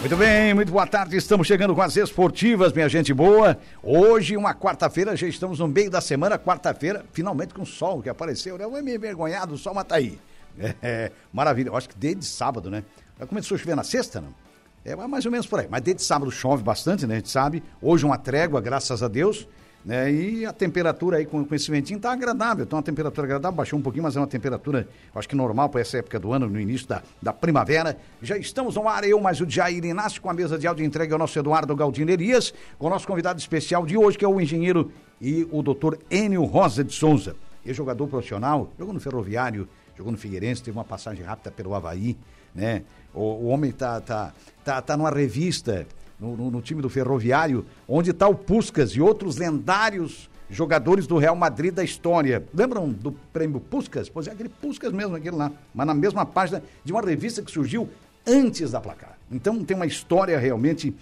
Muito bem, muito boa tarde. Estamos chegando com as esportivas, minha gente boa. Hoje, uma quarta-feira, já estamos no meio da semana, quarta-feira, finalmente com o sol que apareceu. Né? Eu vou me envergonhado, o sol mas tá aí. É, é, maravilha. Eu acho que desde sábado, né? Já começou a chover na sexta, não? É mais ou menos por aí. Mas desde sábado chove bastante, né? A gente sabe. Hoje uma trégua, graças a Deus. Né? E a temperatura aí com, com esse ventinho tá agradável. Então, uma temperatura agradável, baixou um pouquinho, mas é uma temperatura, acho que normal para essa época do ano, no início da, da primavera. Já estamos no ar, eu, mais o Jair Inácio, com a mesa de áudio entregue ao nosso Eduardo Galdino Elias, com o nosso convidado especial de hoje, que é o engenheiro e o doutor Enio Rosa de Souza. Ex-jogador profissional, jogou no Ferroviário, jogou no Figueirense, teve uma passagem rápida pelo Havaí, né? O, o homem tá, tá, tá, tá numa revista no, no- no time do Ferroviário, onde está o Puscas e outros lendários jogadores do Real Madrid da história. Lembram do prêmio Puscas? Pois é, aquele Puscas mesmo, aquele lá, mas na mesma página de uma revista que surgiu antes da placar. Então tem uma história realmente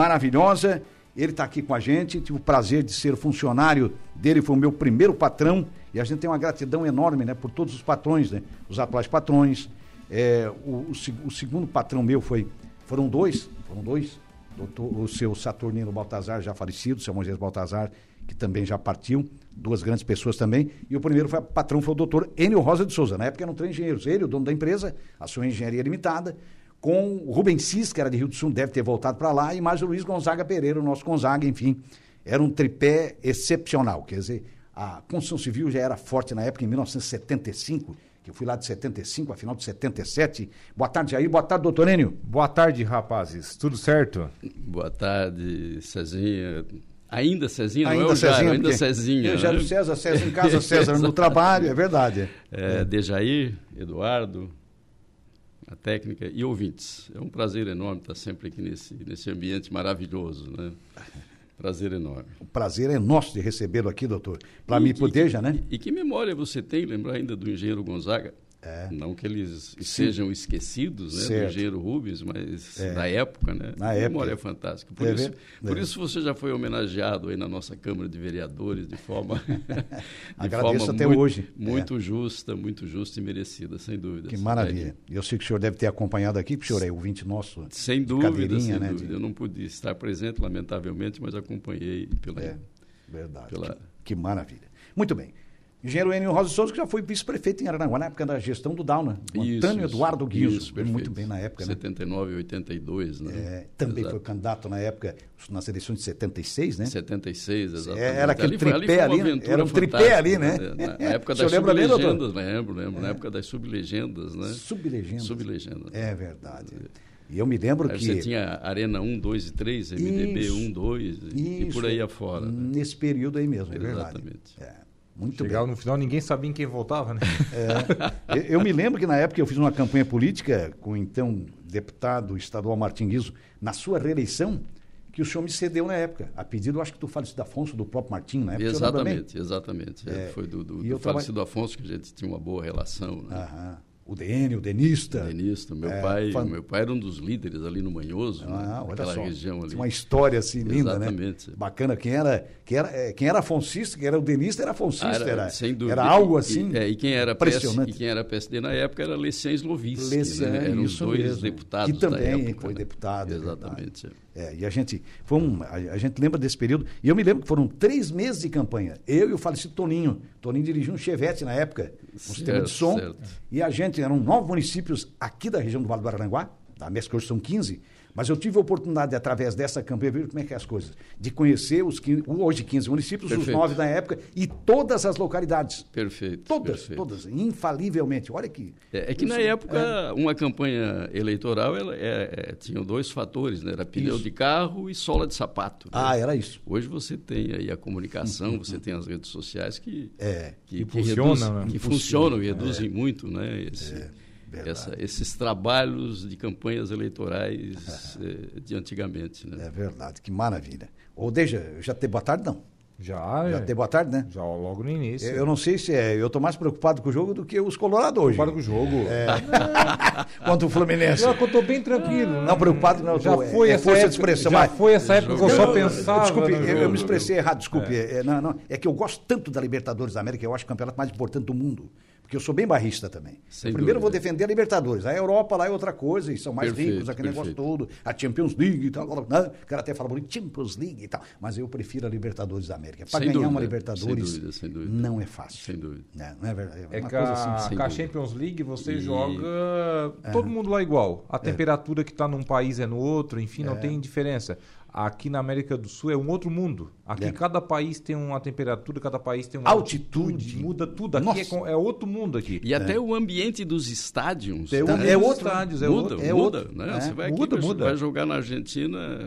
maravilhosa. Ele está aqui com a gente, tive o prazer de ser funcionário dele, foi o meu primeiro patrão, e a gente tem uma gratidão enorme, né, por todos os patrões, né, os atuais patrões. É, o, o se- o segundo patrão meu foi, foram dois, foram dois, doutor- o seu Saturnino Baltazar, já falecido, o seu Moisés Baltazar, que também já partiu, duas grandes pessoas também, e o primeiro foi, o patrão foi o doutor Enio Rosa de Souza, na época eram três engenheiros, ele, o dono da empresa, a sua engenharia limitada, com o Rubens Cis, que era de Rio do Sul, deve ter voltado para lá, e mais o Luiz Gonzaga Pereira, o nosso Gonzaga, enfim, era um tripé excepcional, quer dizer, a construção civil já era forte na época, em 1975, que eu fui lá de 75, a final de 77. Boa tarde, Jair. Boa tarde, doutor Enio. Boa tarde, rapazes. Tudo certo? Boa tarde, Cezinha. Ainda Cezinha, não é Ainda o Jairo, Cezinha, ainda porque- Cezinha. Eu, Jairo né? César, César em casa, César no trabalho, é verdade. É, Dejair, Eduardo, a técnica e ouvintes. É um prazer enorme estar sempre aqui nesse, nesse ambiente maravilhoso, né? Prazer enorme. O prazer é nosso de recebê-lo aqui, doutor. Para mim E- poder já, né? E que memória você tem, lembrar ainda do engenheiro Gonzaga? Não que eles sejam esquecidos, né, É. Certo. É. do engenheiro Rubens, mas da época, né? Na a época. memória é fantástica. Por, É isso, ver- por é. isso você já foi homenageado aí na nossa Câmara de Vereadores de forma de Agradeço até muito, hoje. É. Muito justa, muito justa e merecida, sem É, dúvida. Que maravilha. Eu sei que o senhor deve ter acompanhado aqui, porque o senhor é ouvinte nosso. Sem de dúvida, cadeirinha, sem né? dúvida. de- Eu não pude estar presente, lamentavelmente, mas acompanhei pela, É, verdade. Pela- Que, que maravilha. Muito bem. Engenheiro Enio Rosa de Souza, que já foi vice-prefeito em Aranaguá na época da gestão do Down, né? O Isso, Antônio isso. Eduardo Guizo. Isso, Foi muito perfeito. bem na época, né? 79 e 82, né? É, também foi candidato na época, nas eleições de 76, né? 76, exatamente. era aquele foi- tripé foi uma ali, né? aventura Era um tripé fantástica, ali, né? Na- Na época O senhor das lembra bem, doutor? sublegendas, lembro, lembro. Na época das sublegendas, né? Sublegenda. Sublegenda. É verdade. E eu me lembro Aí que. você tinha Arena 1, 2 e 3, MDB Isso. Hum, 1, 2 um, e- e por aí afora. né? Nesse período aí mesmo, é Exatamente. verdade. É, muito Chegava bem. no final, ninguém sabia em quem voltava, né? É, eu- eu me lembro que na época eu fiz uma campanha política com o então deputado estadual Martin Guizo, na sua reeleição, que o senhor me cedeu na época. A pedido, eu acho que tu fala isso da Afonso, do próprio Martin, na época. eu lembro bem. Exatamente, exatamente. É, foi do, do, e do eu traba- falecido Afonso que a gente tinha uma boa relação. Né? Aham. O DN, o Denista. Tenista, meu É, pai, fan- meu pai era um dos líderes ali no Manhoso, né? Ah, olha Aquela só. região ali. Uma história assim linda, Exatamente. né? Bacana. Quem era, quem era, eh, quem era afoncista, quem era o denista, era Ah, afoncista. era, sem dúvida. era algo E- assim. E, é, e quem era impressionante. PS, e quem era PSD na época era Lecien Slovinsky. Lecian, né? Eram os isso dois mesmo. deputados Que também da época. foi né? deputado, é Exatamente. É, e a gente, foi um, a, a gente lembra desse período, e eu me lembro que foram três meses de campanha. Eu e o falecido Toninho. Toninho dirigiu um Chevette na época, um sistema Certo, de som. certo. E a gente, eram nove municípios aqui da região do Vale do Aranguá, Tá? Minhas coisas são 15, mas eu tive a oportunidade, através dessa campanha, ver como é que é as coisas, de conhecer os 15, hoje 15 municípios, Perfeito. os 9 da época, e todas as localidades. Perfeito. Todas, perfeito. todas, infalivelmente. Olha que. É, é que na Isso, época, uma campanha eleitoral, ela é- é- tinha dois fatores, né? Era pneu Isso. de carro e sola de sapato. né? Ah, era isso. Hoje você tem aí a comunicação, você tem as redes sociais que, É. que, Que que funcionam, reduzem- né? que funcionam e reduzem muito né, esse- essa- esses trabalhos de campanhas eleitorais eh, de antigamente. Né? É verdade, que maravilha. Ou deixa, já tem boa tarde, não. Já, Já é. tem boa tarde, né? Já logo no início. Eu, eu não sei se é. Eu tô mais preocupado com o jogo do que os Colorado hoje. Para com o jogo. Contra o Fluminense. É. Já que eu tô bem tranquilo. É. né? Não, preocupado não. eu Já tô- é- foi é essa força época, de expressão. Já mas- foi essa época que eu só pensava. Desculpe, no eu, eu jogo. me expressei errado, desculpe. É. não, não, é que eu gosto tanto da Libertadores da América, eu acho o campeonato mais importante do mundo. Porque eu sou bem barrista também. Sem Primeiro eu vou dúvida. defender a Libertadores. A Europa lá é outra coisa, e são mais Perfeito, ricos, aquele negócio perfeito. todo. A Champions League e tal. blá, blá, blá. né? O cara até fala bonito, Champions League e tal. Mas eu prefiro a Libertadores da América. Para Sem ganhar uma dúvida, Libertadores sem dúvida, sem dúvida. não é fácil. Sem dúvida. Né, Não, é verdade. É É uma que coisa a, assim. É. sem com a dúvida. Champions League você E- joga todo mundo lá igual. A temperatura que está num país é no outro, enfim, não tem diferença. Aqui na América do Sul é um outro mundo. Aqui É. cada país tem uma temperatura, cada país tem uma Altitude. muda tudo. Aqui é, Nossa. com- é outro mundo aqui. E até o ambiente dos estádios. É né? outro- é outro- estádios, é muda, outro. é muda, outro, né? né? Você vai aqui, Muda, vai, muda. vai jogar na Argentina,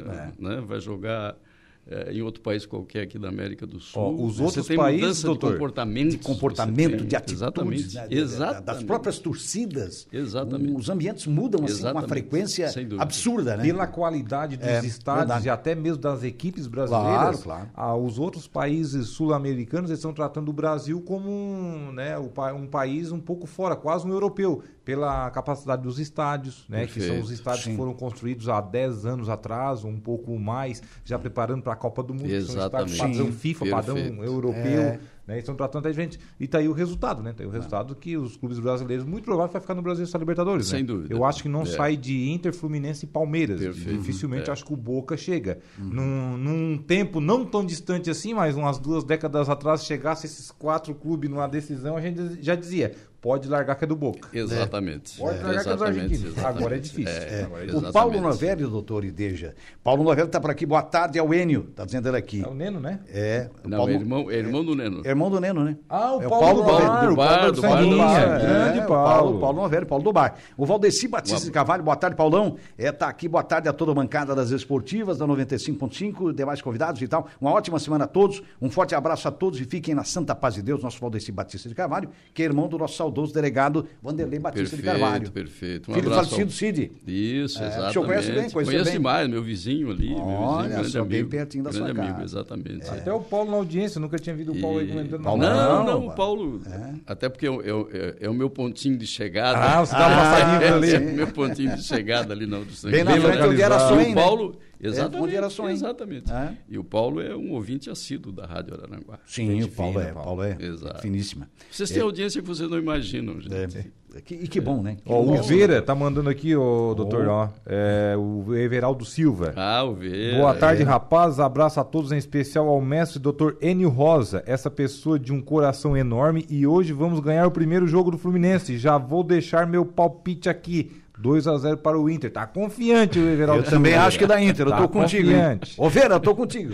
né? Vai jogar eh, em outro país qualquer aqui da América do Sul. né? Ó, os Você outros tem países, mudança doutor, de comportamento, de comportamento, de atitudes, é exatamente, né, de- de- exatamente. das próprias torcidas. Exatamente. Os ambientes mudam assim, com uma Exatamente, frequência sem dúvida. absurda, né? Pela qualidade dos É, estádios verdade. e até mesmo das equipes brasileiras, Claro, claro. ah, os outros países sul-americanos eles estão tratando o Brasil como um, né, o pa- um país um pouco fora, quase um europeu, pela capacidade dos estádios, né, que são os Perfeito, estádios sim. que foram construídos há 10 anos atrás, ou um pouco mais, já preparando para a Copa do Mundo, que Exatamente. são estádios padrão Sim, FIFA, perfeito. padrão europeu. Né, estão tratando a gente. E tá aí o resultado, né? Tá aí o resultado que os clubes brasileiros, muito provável, vai ficar no Brasil essa Libertadores. né? Sem dúvida. Eu acho que não É. sai de Inter, Fluminense e Palmeiras. Perfeito. Dificilmente acho que o Boca chega. Num, num tempo não tão distante assim, mas umas duas décadas atrás, se chegasse esses quatro clubes numa decisão, a gente já dizia: pode largar que é do né? Boca. Exatamente. Pode É, largar com os exatamente, argentinos. Agora é difícil. Agora é O Paulo exatamente. Novelli, doutor Ideja. Paulo Novelli está por aqui. Boa tarde, é o Enio. Está dizendo ele aqui. É o Neno, né? É. o Não, Paulo- é irmão, é irmão do Neno. é irmão do Neno, né? Ah, o É Paulo Novelli. do Bar, o Paulo do bar, do do bar do Sanguinha. Sanguinha. Grande é, o Paulo, Paulo. Paulo Novelli, Paulo do Bar. O Valdeci Batista de Carvalho, boa tarde, Paulão. É, tá aqui, boa tarde a toda a bancada das esportivas, da 95.5, demais convidados e tal. Uma ótima semana a todos, um forte abraço a todos e fiquem na santa paz de Deus, nosso Valdeci Batista de Carvalho, que é irmão do nosso saudoso delegado Vanderlei Batista de Perfeito, Carvalho. perfeito. Um Filho do abraço falecido ao- Cid. Isso, É, o exatamente. senhor conhece bem, conhece Conheço bem. demais, meu vizinho ali, meu vizinho, Olha grande só, bem amigo. pertinho da sua grande amigo, casa. É. exatamente. Até o Paulo na audiência, nunca tinha visto o Paulo aí comentando na Não, Paulo live. não, não, o Paulo. Até porque eu- eu- é, é o meu pontinho de chegada. Ah, você dá uma passadinha é, por ali. é o meu pontinho de chegada ali na Augusta. Bem na Bem frente onde era localizado. só, hein, o né? Paulo, onde exatamente. era Soen. exatamente. É. E o Paulo é um ouvinte assíduo da Rádio Araranguá. Sim, o Paulo fina, é, Paulo. Paulo é Exato. finíssima. Vocês têm audiência que vocês não imaginam, gente. É, que- e que bom, né? Que Ó, bom. o Vera tá mandando aqui, ô, doutor, ó, é, o Everaldo Silva. Ah, o Vera. É, Boa tarde, rapaz. Abraço a todos, em especial ao mestre Dr. Enio Rosa, essa pessoa de um coração enorme. E hoje vamos ganhar o primeiro jogo do Fluminense. Já vou deixar meu palpite aqui. 2 a 0 para o Inter. Tá confiante o Everaldo Eu também Silva. acho que dá Inter, eu Tá tô contigo. hein? confiante. Ô, Vera, eu tô contigo.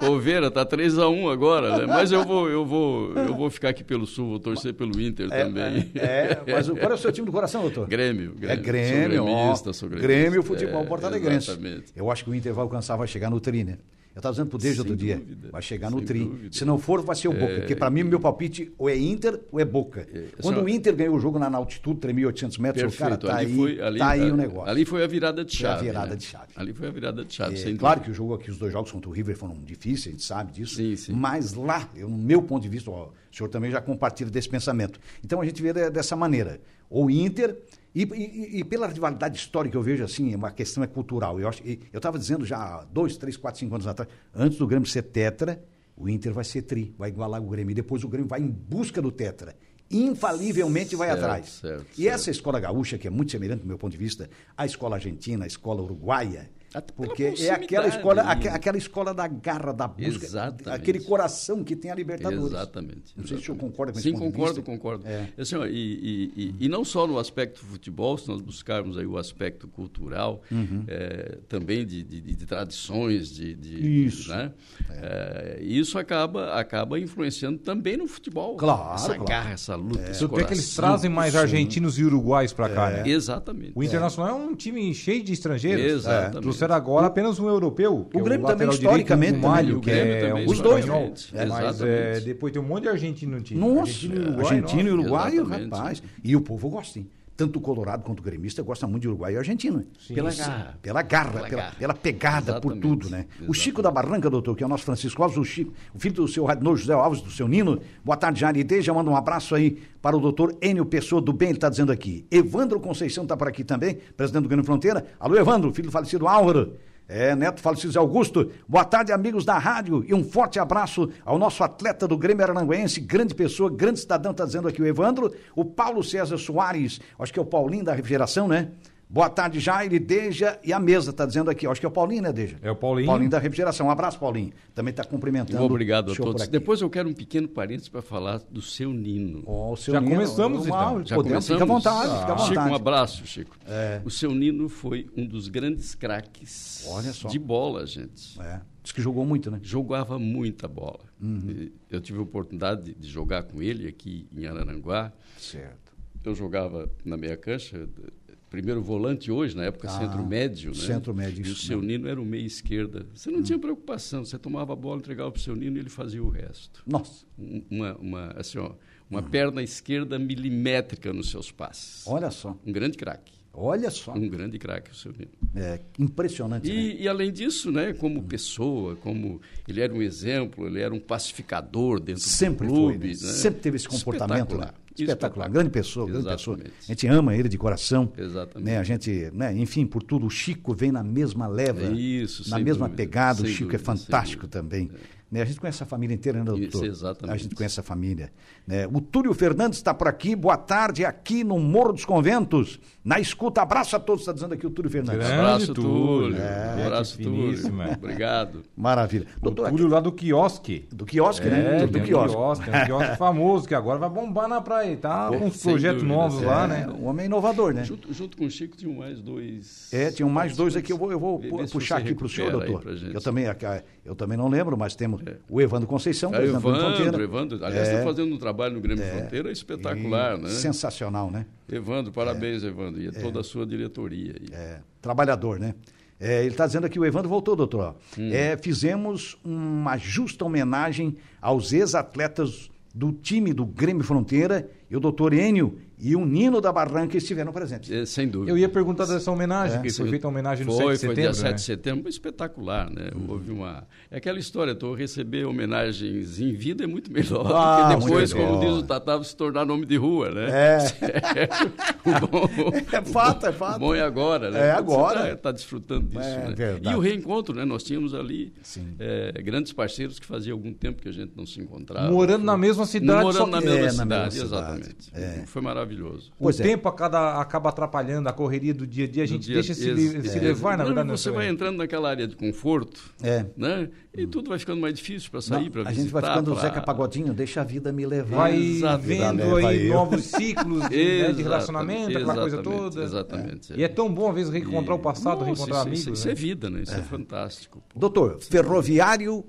Ô, ô, Vera, tá 3x1 agora, né? Mas eu vou, eu, vou, eu vou ficar aqui pelo Sul, vou torcer pelo Inter também. É, mas o- qual é o seu time do coração, doutor? Grêmio, Grêmio. É Grêmio, Sou gremista, ó. sou gremista. Grêmio Futebol É, Porto Alegrense. Exatamente. Eu acho que o Inter vai alcançar, vai chegar no tri, né? Eu estava dizendo pro Dejo Sem outro dia, dúvida, vai chegar no sem tri. dúvida. É, Se não for, vai ser o Boca, porque para mim meu palpite ou é Inter ou é Boca. Quando só- o Inter ganhou o jogo lá na altitude, 3.800 metros, o cara Perfeito. tá ali aí, foi, ali, tá aí ali- o negócio. Ali foi a virada de Foi a chave. virada né? de chave. Ali foi a virada de chave, É, sem claro dúvida. que o jogo aqui, os dois jogos contra o River foram difíceis, a gente sabe disso. Sim, sim. Mas lá, eu, no meu ponto de vista, ó, o senhor também já compartilha desse pensamento. Então a gente vê de- dessa maneira. Ou Inter, e, e- e pela rivalidade histórica eu vejo assim, uma questão é cultural. Eu acho- e eu estava dizendo já há dois, três, quatro, cinco anos atrás, antes do Grêmio ser tetra, o Inter vai ser tri, vai igualar o Grêmio. E depois o Grêmio vai em busca do tetra. Infalivelmente vai Certo, atrás. certo, e essa escola gaúcha, que é muito semelhante do meu ponto de vista, à escola argentina, à escola uruguaia, Até pela Porque é proximidade, aquela escola, né? aque- aquela escola da garra, da busca, Exatamente. aquele coração que tem a Libertadores. Exatamente. tá Não sei se o senhor exatamente. concorda com esse Sim, ponto de concordo, vista. concordo. É. Uhum. Assim, ó, e, e- e- e não só no aspecto futebol, se nós buscarmos aí o aspecto cultural, Uhum. eh, também de, de- de- de tradições, de, de- Isso. É. né? Eh, isso acaba, acaba influenciando também no futebol. Claro, Essa claro. garra, essa luta, É. esse Você vê que eles coração. trazem mais argentinos e uruguais pra cá, é. né? Exatamente. O Internacional é um time cheio de estrangeiros. Exatamente. É. Trouxeram agora apenas um europeu. que O Grêmio também, lateral direito, o historicamente, também. Malho, O que Grêmio é também, um Os dois, espanhol. né? Mas Exatamente. é, depois tem um monte de argentino no time. Nossa, argentino e uruguai. argentino e nossa. Uruguai, Exatamente, rapaz. E o povo gosta, hein? Tanto o Colorado quanto o gremista gosta muito de Uruguai e Argentina. Pela garra. Pela garra, pela, Pela garra. pela pegada por Exatamente, tudo, né? O Chico da Barranca, doutor, que é o nosso Francisco Alves, o Chico, o filho do seu Radinor José Alves, do seu Nino. Boa tarde, Jari. Desde já manda um abraço aí para o doutor Enio Pessoa do Bem, ele está dizendo aqui. Evandro Conceição está por aqui também, presidente do Grande Fronteira. Alô, Evandro, filho do falecido Álvaro. É, Neto Falecido Zé Augusto. Boa tarde, amigos da rádio, e um forte abraço ao nosso atleta do Grêmio Aranguense, grande pessoa, grande cidadão, está dizendo aqui o Evandro. O Paulo César Soares, acho que é o Paulinho da Refrigeração, né? Boa tarde, Jair, Deja e a mesa, tá dizendo aqui. Acho que é o Paulinho, né, Deja? É o Paulinho. Paulinho da Refrigeração. Um abraço, Paulinho. Também tá cumprimentando. um Obrigado o a senhor por todos. aqui. Depois eu quero um pequeno parênteses para falar do seu Nino. Ó, o seu Já Nino, começamos, normal, então. Já podemos, começamos? Fica à vontade, fica à Chico, um vontade. É. abraço, Chico. O seu Nino foi um dos grandes craques Olha só. de bola, gente. É, diz que jogou muito, né? Jogava muita bola. Uhum. E Eu tive a oportunidade de- de jogar com ele aqui em Araranguá. Certo. Eu jogava na meia cancha, eh, primeiro volante hoje, na época centro médio. Né? Ah, centro médio, E o isso Uhum. seu Nino era o meia esquerda. Você não tinha preocupação, você tomava a bola, entregava para o seu Nino e ele fazia o resto. Nossa, Um- Uma, uma, assim, ó, uma Uhum. perna esquerda milimétrica nos seus passes. olha só. Um grande craque. Olha só. Um grande craque, o seu Nino. É, impressionante, né? E, e além disso, né, como pessoa, como ele era um exemplo, ele era um pacificador dentro Sempre do foi, clube. né? né? sempre teve esse comportamento, né? Espetacular. Espetacular, grande pessoa, grande pessoa. Exatamente. A gente ama ele de coração. Exatamente. Né? A gente, né? enfim, por tudo, o Chico vem na mesma leva, É isso, na sem mesma dúvida, pegada, o sem Chico é dúvida, fantástico sem também. Né? A gente conhece a família inteira, né, doutor? Isso, exatamente. A gente conhece a família. né? O Túlio Fernandes está por aqui, boa tarde, aqui no Morro dos Conventos, na escuta, abraço a todos, está dizendo aqui o Túlio Fernandes. Grande. Um Abraço, Túlio. Túlio. É, Um abraço, gente Túlio. finíssima. Obrigado. Maravilha. O Doutor, Túlio lá do quiosque. do quiosque, né? É, Do tem um quiosque. Tem um quiosque famoso que agora vai bombar na praia. Tá com uns sem projetos dúvida, novos é. lá, É, né? um homem inovador, né? Junto, junto com o Chico tinham mais dois. né? É, tinham mais dois aqui, eu vou, eu vou Vê- pu- vê se puxar você aqui para o senhor, recupera aí doutor. pra gente. Eu também, ah, eu também não lembro, mas temos o Evandro Conceição, Ah, presidente da Evandro, Fronteira. É. Evandro. Aliás, está fazendo um trabalho no Grêmio Fronteira espetacular, E né? Sensacional, né? Evandro, parabéns, Evandro. E a toda a sua diretoria. aí. É, trabalhador, né? É, ele está dizendo aqui, o Evandro voltou, doutor. ó. Hum. É, fizemos uma justa homenagem aos ex-atletas do time do Grêmio Fronteira e o doutor Enio e o Nino da Barranca estiveram presentes. É, Sem dúvida. Eu ia perguntar dessa homenagem, que foi É, Eu- feita a homenagem no foi, 7 de Foi, dia setembro. 7 né? de setembro, espetacular, né? Uhum. Houve uma... É aquela história, tô, receber homenagens em vida é muito melhor Ah, do que muito depois, melhor. como diz o Tatá, se tornar nome de rua, né? É, O bom, É fato, é fato. O bom é agora, né? É agora. Está desfrutando disso, É né? verdade. E o reencontro, né? Nós tínhamos ali Sim. eh, grandes parceiros que fazia algum tempo que a gente não se encontrava. Morando na mesma cidade, Morando só na que- mesma É, na cidade, mesma cidade, É. exatamente. Foi maravilhoso. O Pois é. tempo acaba, acaba atrapalhando a correria do dia a dia, a gente dia- deixa se, li- ex- se é. levar, na Não, verdade. Você né, vai Fernando? entrando naquela área de conforto, É. né? E Hum. tudo vai ficando mais difícil para sair, Não, para visitar. a gente vai ficando pra- Zeca Pagodinho, deixa a vida me levar. Vai Exato. vendo Vai aí eu. novos ciclos de, né, de Exatamente, relacionamento, aquela coisa exatamente, toda. Exatamente. E é tão bom, às vezes, reencontrar o passado, Nossa, reencontrar isso, amigos. Isso, isso né? é vida, né? Isso é, fantástico. pô. Doutor, ferroviário,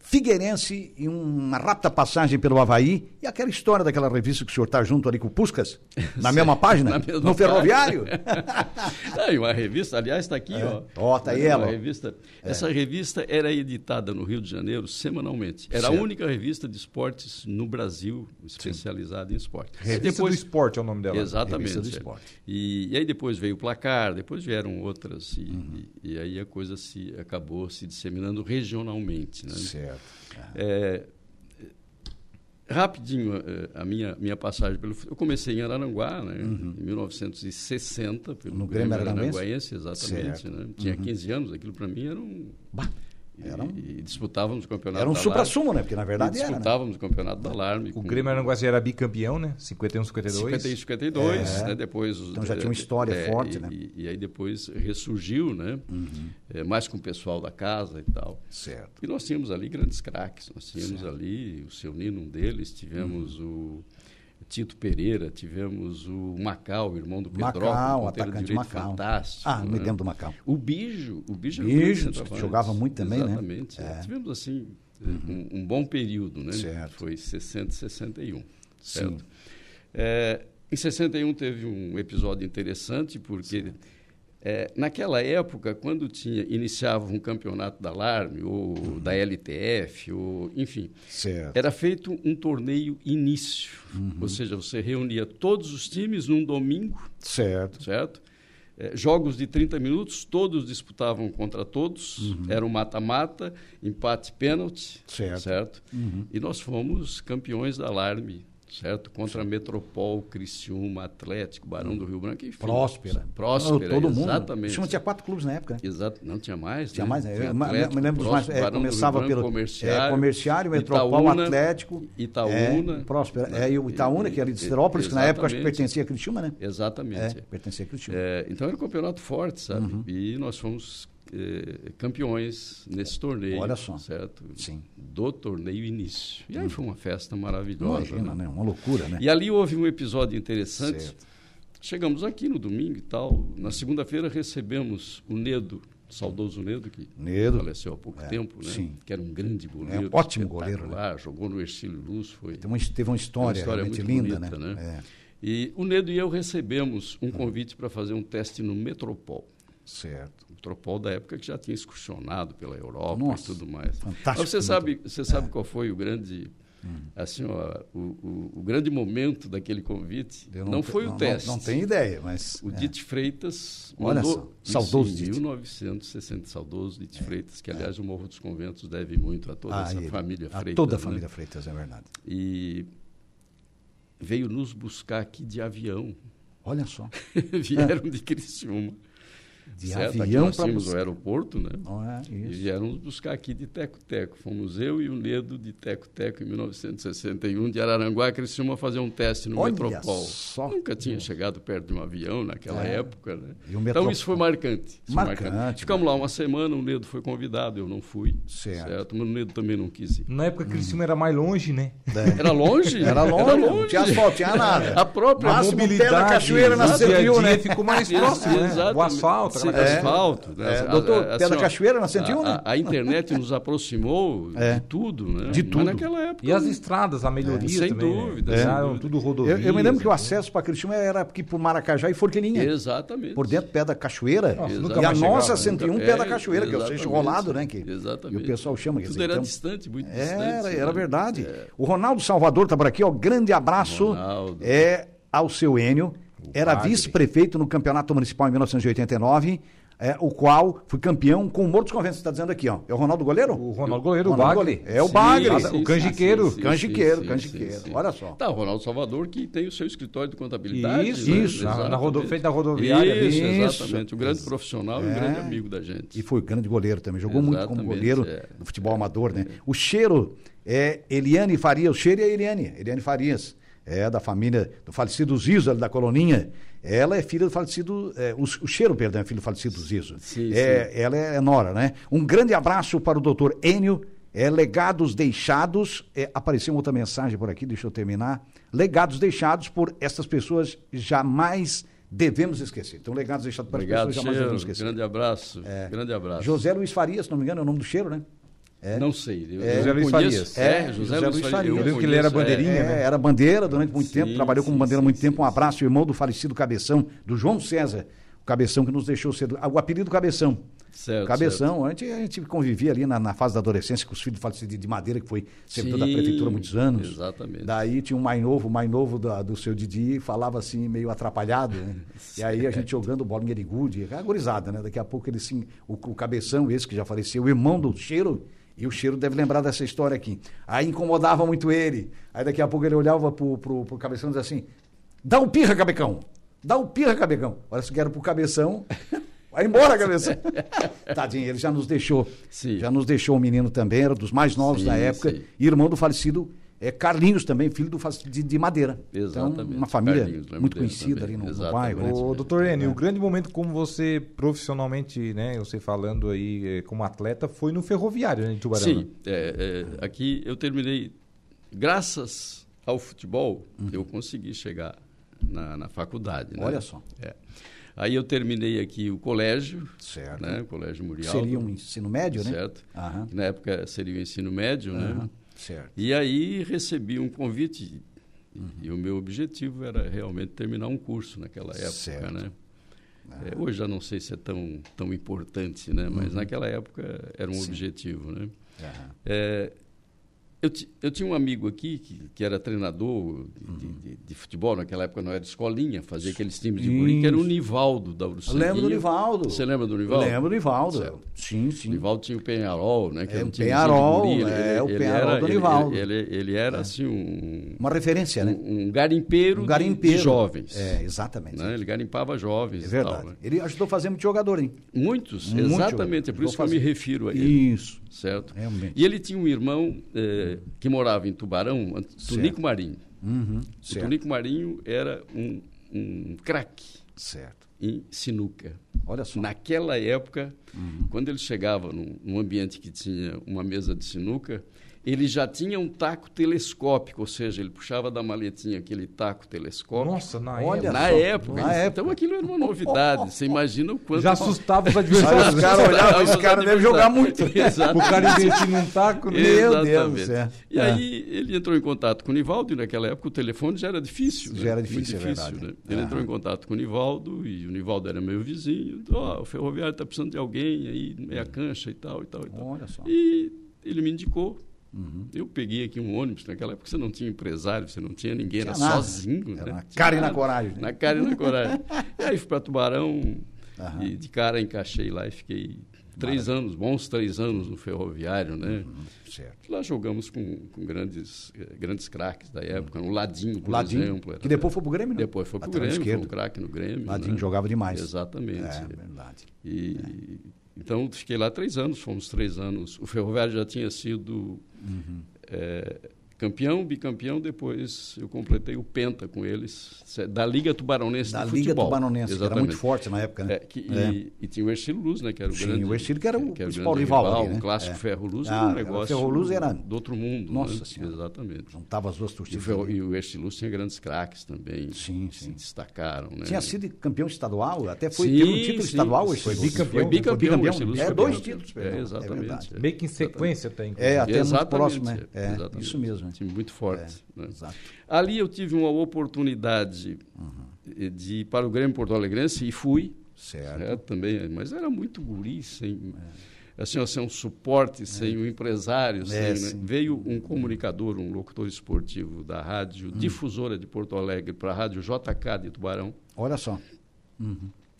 figueirense e uma rápida passagem pelo Havaí. E aquela história daquela revista que o senhor está junto ali com o Puscas? Na mesma página? Na mesma no ferroviário? Ah, e uma revista, aliás, está aqui, ó. Ó, tá aí Uma ela, É. ó. Revista, Essa revista era editada no Rio de Janeiro semanalmente. Era Certo. a única revista de esportes no Brasil especializada em esporte. Revista do Esporte é o nome dela. Exatamente. Revista do é. Esporte. E, e aí depois veio o placar, depois vieram outras, e, e- e aí a coisa se acabou se disseminando regionalmente. Né? certo. É, rapidinho eh, a minha, minha passagem pelo futebol. Eu comecei em Araranguá, né, em 1960, pelo Uhum. No Grêmio Araranguense? Araranguense, exatamente. Certo. Uhum. né? Tinha 15 anos, aquilo para mim era um. E, e disputávamos o campeonato Era um da supra-sumo, né? Porque na Alarme. verdade E era. né? disputávamos o campeonato da Alarme. O Grêmio Aranguaci era bicampeão, né? 51, 52. 51, 52, né? Depois, é, Então já tinha uma história forte, e, né? Uhum. E, e aí depois ressurgiu, né? É, mais com o pessoal da casa e tal. Certo. E nós tínhamos ali grandes craques. Nós tínhamos ali o seu Nino, um deles. Uhum. Tivemos o Tito Pereira, tivemos o Macau, irmão do Pedro. Macau, atacante Macau. Fantástico. Ah, me né? lembro do Macau. O Bijo, o Bijo, era um Bijo, grande centroavante. jogava muito também, né? Uhum. Exatamente. é. Tivemos assim um, um bom período, né? Certo. Foi 60 e 61, certo? É, em 61 teve um episódio interessante porque é, naquela época, quando tinha iniciava um campeonato da Alarme ou da LTF ou enfim, Uhum. Certo. era feito um torneio início, Uhum. ou seja, você reunia todos os times num domingo Certo. certo? Eh, jogos de 30 minutos, todos disputavam contra todos, era um mata-mata, empate, pênalti, Uhum. Certo. Uhum. certo? E nós fomos campeões da Alarme, certo? Contra Metropol, Criciúma, Atlético, Barão do Rio Branco, enfim. Próspera. Próspera, Todo mundo. exatamente. Tinha- Tinha quatro clubes na época, né? Exato, não tinha mais, Tinha né? mais, né? Eu me- Atlético, me lembro dos mais. Próspero, É, Barão do Rio começava Branco, pelo Comerciário, é, comerciário Metropol, Itaúna, Atlético. Itaúna. né? É, Próspero. É, e o Itaúna, que era de E- e- Esterópolis, que na época acho que exatamente. pertencia a Criciúma, né? Exatamente. É, pertencia a Criciúma. É, então era um campeonato forte, sabe? Uhum. E nós fomos eh, campeões nesse torneio. Olha só. Certo? Sim. Uhum. Do torneio início. E aí foi uma festa maravilhosa. Imagina, né? né? Uma loucura, né? E ali houve um episódio interessante. Certo. Chegamos aqui no domingo e tal. Na segunda-feira recebemos o Nedo, saudoso Nedo, que Nedo. É, faleceu há pouco tempo, né? sim. Que era um grande goleiro. É, ótimo goleiro, espetacular, Jogou no Ercílio Luz, foi Tem uma- teve uma história, realmente linda, né? É, E o Nedo e eu recebemos um convite para fazer um teste no Metropol. É, certo. Metropol da época que já tinha excursionado pela Europa Nossa, e tudo mais. fantástico, né? É. Hum. Mas você sabe, você sabe qual foi o grande, assim, ó, o, o- o grande momento daquele convite? Eu Não, te- foi o teste. Não, tenho ideia, mas. O é. Dite Freitas Olha mandou só, isso saudoso em Dite. 1960, saudoso Dite Freitas, que aliás o Morro dos Conventos deve muito a toda Ah, essa ele- família Freitas. A toda a né? família Freitas, é verdade. E veio nos buscar aqui de avião. Olha só. Vieram de Criciúma. De certo? Aqui avião nós para tínhamos o buscar. aeroporto, né? Não é E isso. vieram nos buscar aqui de Teco-Teco. Fomos eu e o Nedo de Teco-Teco em 1961, de Araranguá, Criciúma, fazer um teste no Olha Metropol. só. Nunca tinha chegado perto de um avião naquela É. época. Né? E o Então isso Metropol. foi marcante. Isso foi Marcante, Ficamos lá uma semana, o Nedo foi convidado, eu não fui. Certo. Mas o Nedo também não quis ir. Na época, Hum. Criciúma era mais longe, né? Era tá longe? Tá Era Tá longe, não tinha asfalto, tinha nada. A própria Mas- Máximo pé da cachoeira na do dia a Centril, dia né? ficou mais próximo, né? O asfalto, Sim, aquela coisa. asfalto. né? É, A- doutor, a- Pé da ó, Cachoeira, nós sentiu, a- né? A, a internet nos aproximou É. de tudo, né? De Mas tudo. naquela época. E as estradas, a melhoria Sem também. né? dúvida, Viraram sem dúvida. tudo Eu, rodovia. eu me lembro que o acesso para Criciúma era aqui por Maracajá e Forquilinha. Exatamente. Por dentro, pé da cachoeira. Nossa, e nunca a mais nossa chegava, 101, nunca- pé da é, né? cachoeira, que é o exatamente. seixo rolado, né? Que, Exatamente. E o pessoal chama. quer Tudo dizer, era então- distante, muito Era, distante. era né? verdade. O Ronaldo Salvador está por aqui, ó. um Grande abraço Ronaldo. é ao seu Enio. Era padre. vice-prefeito no Campeonato Municipal em 1989, é, o qual foi campeão com o Mortos Conventos, está dizendo aqui, ó. É o Ronaldo Goleiro? O Ronaldo Goleiro, o Ronaldo Bagre. Goleiro. É o Sim, Bagre. sim, o canjiqueiro. Canjiqueiro, canjiqueiro. Olha só. Tá, o Ronaldo Salvador que tem o seu escritório de contabilidade. Isso, né? isso. Na, na rodo, Exatamente. frente da rodoviária. É. ali. Isso, ali. exatamente. Um grande profissional e um grande amigo da gente. E foi grande goleiro também. Jogou muito como Exatamente, goleiro é. do futebol amador, né? O cheiro é Eliane Farias. O cheiro é a Eliane, Eliane Farias. É da família do falecido Zizo, ali da Coloninha. Ela é filha do falecido. é, o, o cheiro, perdão, é filho do falecido Zizo. Sim, é, Ela é Nora, né? Um grande abraço para o doutor Enio. É, legados deixados. é, apareceu outra mensagem por aqui, deixa eu terminar. Legados deixados por essas pessoas jamais devemos esquecer. Então, legados deixados para Obrigado, as pessoas jamais Cheiro. devemos esquecer. Grande abraço. É. Grande abraço. José Luiz Faria, se não me engano, é o nome do cheiro, né? Não sei. eu- É. eu José Luiz conheço- Farias. É, José Luiz Farias. Eu lembro que ele era conheço, é. bandeirinha. É, né? era bandeira durante muito tempo, Sim, trabalhou como sim, bandeira há sim, muito tempo. Um sim, abraço, irmão do falecido Cabeção, do João César, o Cabeção que nos deixou cedo. Ah, O apelido Cabeção. É, Certo, Cabeção, a gente, a gente convivia ali na, na fase da adolescência com os filhos do falecido de Madeira, que foi servidor da Sim, prefeitura há muitos anos. exatamente. Daí tinha um mais novo, o mais novo da- do seu Didi, falava assim, meio atrapalhado, né? E aí a gente jogando bola em Erigude, agorizada, né? Daqui a pouco ele sim, o, o Cabeção, esse que já faleceu, o irmão do Cheiro, e o Cheiro deve lembrar dessa história aqui. Aí incomodava muito ele. Aí daqui a pouco ele olhava pro, pro, pro Cabeção e um dizia assim, dá o pirra, Cabecão! Dá o pirra, Cabecão! Olha se que era pro Cabeção... Vai embora, cabeça. Tadinho, ele já nos deixou. Sim. Já nos deixou o menino também, era dos mais novos Sim, da época. sim. E irmão do falecido é Carlinhos também, filho do falecido de, de Madeira. Então, Exatamente. uma família Carlinhos, lembro muito dele conhecida também. ali no, no Exatamente. bairro, né? Ô, O doutor Enio, o grande momento como você profissionalmente, né, você falando aí eh, como atleta, foi no ferroviário, né, de Tubarão? né? Sim, é, é, aqui eu terminei, graças ao futebol, eu consegui chegar na, na faculdade. né? Uhum. Olha só. É. Aí eu terminei aqui o colégio, Certo. né? o colégio Murial. Seria um ensino médio, né? Certo. Aham. que Na época seria o ensino médio, né? Certo. E aí recebi um convite Uhum. e o meu objetivo era realmente terminar um curso naquela época, Certo. Ah. né? É, hoje já não sei se é tão, tão importante, né? Uhum. Mas naquela época era um objetivo, né? Aham. É, eu, ti- eu tinha um amigo aqui que, que era treinador de, de- Uhum. de- de futebol, naquela época não era escolinha, fazia aqueles times de guri, que era o Nivaldo da Ursulinha. Lembro do Nivaldo. Você lembra do Eu Nivaldo? lembro do Ivaldo. Certo. Sim, O sim. Nivaldo tinha o Penharol, né? Que É, era o um timezinho de Penharol, guri, é, o ele Penharol era- do ele- Nivaldo. Ele, ele era, assim, um, Uma referência, né? um garimpeiro, Um de- garimpeiro. de jovens. É, exatamente. né? Ele garimpava jovens É e verdade. tal, né? Ele ajudou a fazer muito jogador, hein? Muitos, Muito exatamente. É por jovens. isso que eu me refiro a ele. Isso. certo? Realmente. E ele tinha um irmão eh, que morava em Tubarão, Ant- Tunico Marinho. Uhum. O Certo. Tunico Marinho era um, um craque Certo. em sinuca. Olha só. Naquela época, Uhum. quando ele chegava num, num ambiente que tinha uma mesa de sinuca, ele já tinha um taco telescópico, ou seja, ele puxava da maletinha aquele taco telescópico. Nossa, na Olha época. Na só, época, na então aquilo era uma novidade. Você imagina o quanto Já assustava os Aí adversários. né? os caras olhavam, esse cara deve jogar muito. Exato. O cara investir num taco, né? Meu Exatamente. Deus do céu. E É. aí ele entrou em contato com o Nivaldo, e naquela época o telefone já era difícil. né? Já era Muito difícil, é verdade. né? Ele Aham. entrou em contato com o Nivaldo, e o Nivaldo era meu vizinho. Ó, o ferroviário está precisando de alguém aí, meia cancha e tal, e tal, e tal. Olha só. Uhum. E ele me indicou. Eu peguei aqui um ônibus naquela época, você não tinha empresário, você não tinha ninguém, Tinha era nada. sozinho. Era né? na Tinha cara e na nada. coragem, né? Na cara e na coragem. e aí fui para Tubarão, e de cara encaixei lá e fiquei três anos, bons três anos no ferroviário, né? Uhum. Certo. Lá jogamos com, com grandes, eh, grandes craques da época, no Ladinho, por Uhum. Ladinho, exemplo. era- que depois foi pro Grêmio, né? Depois foi pro Lateral Grêmio, esquerdo. foi um craque no Grêmio. Ladinho né? jogava demais. Exatamente. É verdade. E, Então, fiquei lá três anos, fomos três anos. O Ferroviário já tinha sido Uhum. eh, campeão, bicampeão, depois eu completei o Penta com eles, se- da Liga Tubaronense Da de Liga Futebol. Tubaronense, que era muito forte na época, né? É, que- E, e tinha o Estilo Luz, né? Que era o Sim, grande, o Ercílio que era o grande principal rival ali, o né? clássico É. Ferro Luz Ah, era um era- negócio Ferro Luz era- do outro mundo. Nossa né? Senhora. Exatamente. Juntava as duas E o, torcidas. Ferro, e o Ercílio Luz tinha grandes craques também. Sim, que sim. Se destacaram, né? Tinha sido campeão estadual, até foi Sim, teve um título sim, estadual. sim, esse foi jogo. bicampeão, Foi bicampeão, Foi o Ercílio Luz É, foi dois campeão. títulos, perdão. É, É exatamente. verdade. É. Meio que em sequência até, inclusive. É, até muito Exatamente, próximo, né? É, exatamente. isso mesmo. né? É. Time muito forte. né? Exato. Ali eu tive uma oportunidade Uhum. eh, de ir para o Grêmio Porto Alegrense e fui. Certo. É. né, também, mas era muito guri, sem, assim, ó, sem um suporte, sem um empresário. sem, né? sim. É. Veio um comunicador, um locutor esportivo da rádio Hum. difusora de Porto Alegre para a rádio JK de Tubarão. Olha só.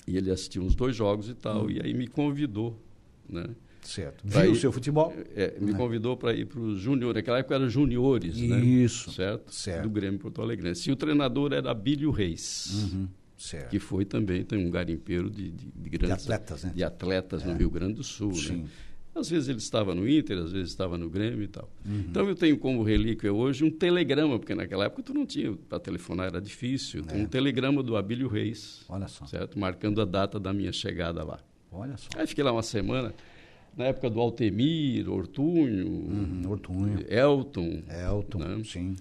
E ele assistiu uns dois jogos e tal, Uhum. e aí me convidou, né? Certo. Pra Viu o ir- seu futebol? É, Né? me convidou para ir para os juniores. Naquela época era juniores, né? Isso. Certo? Certo. Do Grêmio Porto Alegre. E o treinador era Abílio Reis, Uhum. Certo. que foi também tem um garimpeiro de, de, de grandes De atletas, né? de atletas no Rio Grande do Sul. Sim. Né? Às vezes ele estava no Inter, às vezes estava no Grêmio e tal. Uhum. Então eu tenho como relíquia hoje um telegrama, porque naquela época tu não tinha para telefonar, era difícil. Tem um telegrama do Abílio Reis, É. Olha só. certo? Marcando a data da minha chegada lá. Olha só. Aí fiquei lá uma semana, na época do Altemir, Ortúnio, Hum, Ortunho, Elton. Elton, né? sim.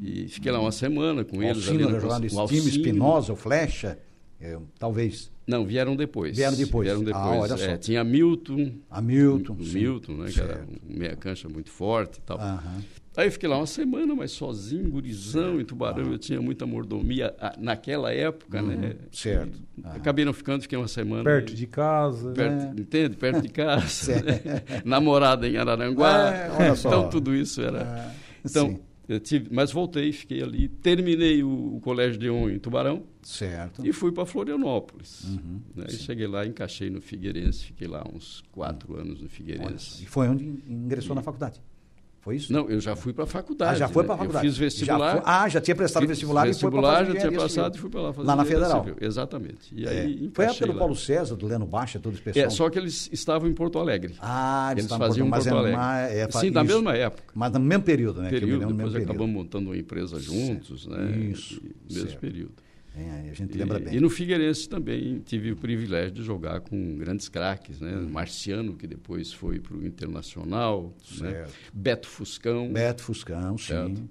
E fiquei lá uma semana com eles. ali Alcino né, na- era jogado o nesse Alcino. time, Espinosa, o Flecha, é, talvez Não, vieram depois. Vieram depois. Vieram depois. Ah, olha só. É, tinha Milton. Hamilton. o sim. Milton, né? Que era Certo. Ah. um meia cancha muito forte e tal. Aham. Aí eu fiquei lá uma semana, mas sozinho, gurizão, em Tubarão. Eu tinha muita mordomia ah, naquela época, né? Uhum. certo. E Acabei não ficando, fiquei uma semana. Perto de casa. É. Perto, Entende? Perto de casa. né? Namorada em Araranguá. É, olha só. É. Então, tudo isso era. sim. então, eu tive, mas voltei, fiquei ali. Terminei o, o colégio de um em Tubarão Certo. e fui para Florianópolis. Uhum. né? E cheguei lá, encaixei no Figueirense, fiquei lá uns quatro anos no Olha só. Figueirense. E foi onde ingressou na faculdade. Foi isso? Não, eu já fui para a faculdade. Ah, já foi né? para a faculdade. Eu fiz vestibular. Já foi- ah, já tinha prestado fiz vestibular e foi pra Vestibular, fazer já tinha engenharia civil. passado e fui para lá fazer Lá na engenharia Federal. civil. Exatamente. E É. aí Foi a encaixei época do lá. Paulo César, do Leno Baixa, todo esse pessoal. É, só que eles estavam em Porto Alegre. Ah, eles eles estavam em faziam Porto- Porto, mas é Alegre. uma- é fa- Sim, da isso. mesma época. Mas no mesmo período, né? que eu me Período, lembro, no depois mesmo acabamos montando uma empresa juntos, né? Isso, E- Mesmo certo. período. período. É, a gente E- lembra bem. E no Figueirense também tive o privilégio de jogar com grandes craques, né? Hum. Marciano, que depois foi para o Internacional, né? Certo. Beto Fuscão, Beto Fuscão, sim. certo?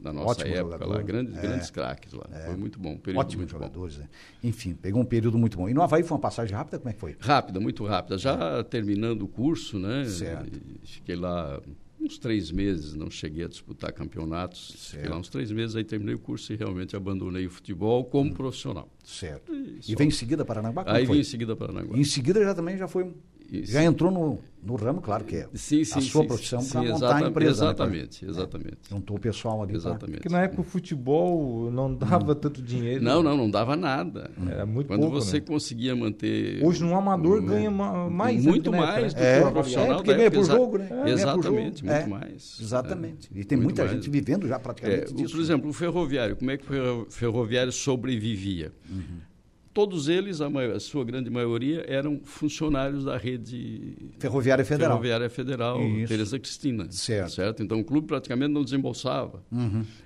da nossa Ótimo época lá, jogador. grandes, É. grandes craques lá. Foi muito bom, um período Ótimos muito bom. jogadores, né? Enfim, pegou um período muito bom. E no Havaí foi uma passagem rápida? Como é que foi? Rápida, muito rápida. Já terminando o curso, né? Certo. e Fiquei lá uns três meses, não cheguei a disputar campeonatos. Fiquei lá uns três meses, aí terminei o curso e realmente abandonei o futebol como profissional. Certo. E E só- vem em seguida Paranaguá? Hum. Ah, Como é Aí foi? vim em seguida para Paranaguá. Em seguida já também já foi. um Isso. Já entrou no, no ramo, claro que é. Sim, sim, a sua sim, profissão sim, para montar exata- a empresa. né, pra- Exatamente, exatamente. Juntou o pessoal ali. pra- Exatamente. Porque é na época o futebol não dava tanto dinheiro. Não, não, não dava nada. Era muito Quando pouco, você né? conseguia manter. Hoje um amador um- ganha ma- mais. Muito né, mais do cara? que É, o profissional. é, porque da ganha época, por exa- jogo, né? É, ganha por Exatamente, jogo. muito É, mais. Exatamente. né? E tem Muito muita mais. gente vivendo já É, praticamente o- disso. por exemplo, o ferroviário, como é que o ferro- ferroviário sobrevivia? Uhum. Todos eles, a, maior- a sua grande maioria, eram funcionários da rede Ferroviária né? Federal. Ferroviária Federal, Isso. Teresa Cristina. Certo. Uhum. Então o clube praticamente não desembolsava.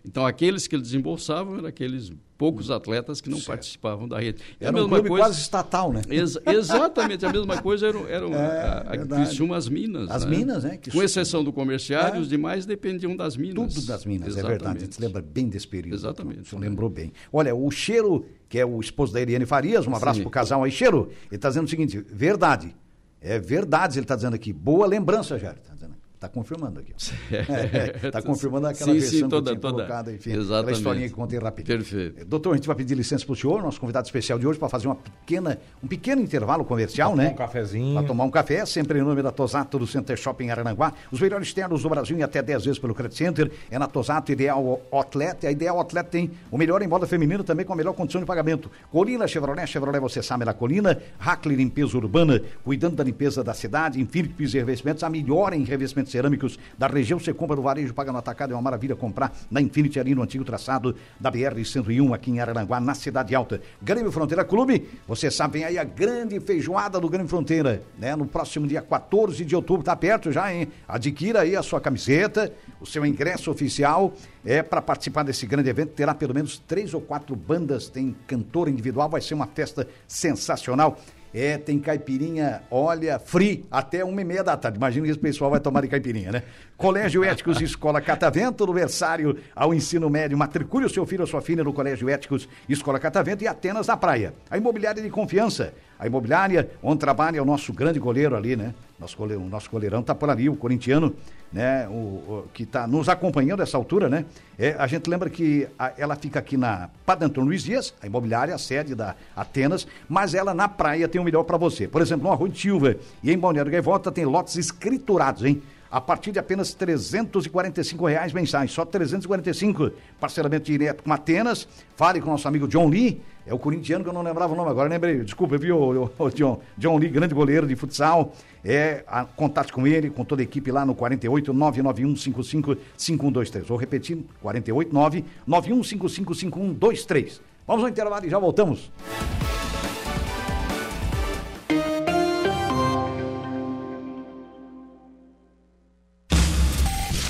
Então aqueles que ele desembolsavam eram aqueles poucos atletas que não participavam da rede. E É a Era um mesma clube coisa- É quase estatal, né? Exa- exatamente a mesma coisa eram, eram a- a, verdade. Criciúma, as minas. As né? minas, né, que Com su- exceção do comerciário, os demais dependiam das minas. Tudo das minas, é verdade. A gente lembra bem desse período. Exatamente. né? O senhor lembrou bem. Olha, o Cheiro, que é o esposo da Eliane Farias, um abraço Sim. pro casal aí, Cheiro, ele está dizendo o seguinte, verdade. É verdade, ele está dizendo aqui. Boa lembrança, Jair. Está dizendo. Tá confirmando aqui. Está confirmando aquela Sim, sim, versão toda- que eu tinha toda. colocado, enfim. Aquela Exatamente. historinha que contei rapidinho. Perfeito. Doutor, a gente vai pedir licença para o senhor, nosso convidado especial de hoje, para fazer uma pequena, um pequeno intervalo comercial, né? um cafezinho. Pra tomar um café, sempre em nome da Tosato do Center Shopping Aranaguá. Os melhores ternos do Brasil em até 10 vezes pelo Credit Center. É na Tosato Ideal Outlet. A Ideal Outlet tem o melhor em moda feminina também com a melhor condição de pagamento. Colina Chevrolet, Chevrolet você sabe é na Colina. Hackley Limpeza Urbana, cuidando da limpeza da cidade. Infinites Revestimentos, a melhor em revestimentos cerâmicos da região. Você compra no varejo, paga no atacado. É uma maravilha comprar na Infinity ali no antigo traçado da BR-101 aqui em Aranaguá, na Cidade Alta. Grêmio Fronteira Clube, você sabe, vem aí a grande feijoada do Grêmio Fronteira, né? No próximo dia 14 de outubro, tá perto já, hein? Adquira aí a sua camiseta, o seu ingresso oficial é para participar desse grande evento. Terá pelo menos três ou quatro bandas, tem cantor individual, vai ser uma festa sensacional. É, tem caipirinha, olha, free até uma e meia da tarde. Imagina que esse pessoal vai tomar de caipirinha, né? Colégio Éticos Escola Catavento, do versário ao ensino médio. Matricule o seu filho ou sua filha no Colégio Éticos Escola Catavento e Atenas na Praia. A imobiliária de confiança. A imobiliária onde trabalha o nosso grande goleiro ali, né? Nosso goleiro, o nosso goleirão tá por ali, o corintiano, né? O, o- que tá nos acompanhando essa altura, né? É, a gente lembra que a- ela fica aqui na Padre Antônio Luiz Dias, a imobiliária, a sede da Atenas, mas ela na praia tem o melhor para você. Por exemplo, no Arroio de Silva e em Balneário Gaivota tem lotes escriturados, hein? A partir de apenas R$ 345 reais mensais, só 345. Parcelamento direto com Atenas. Fale com nosso amigo John Lee, é o corintiano que eu não lembrava o nome agora, lembrei. Desculpa, viu, ô, ô, ô, John? John Lee, grande goleiro de futsal. É, a- contate com ele, com toda a equipe lá no 48 991 5123 Vou repetir, 48 991 5123 Vamos ao intervalo e já voltamos.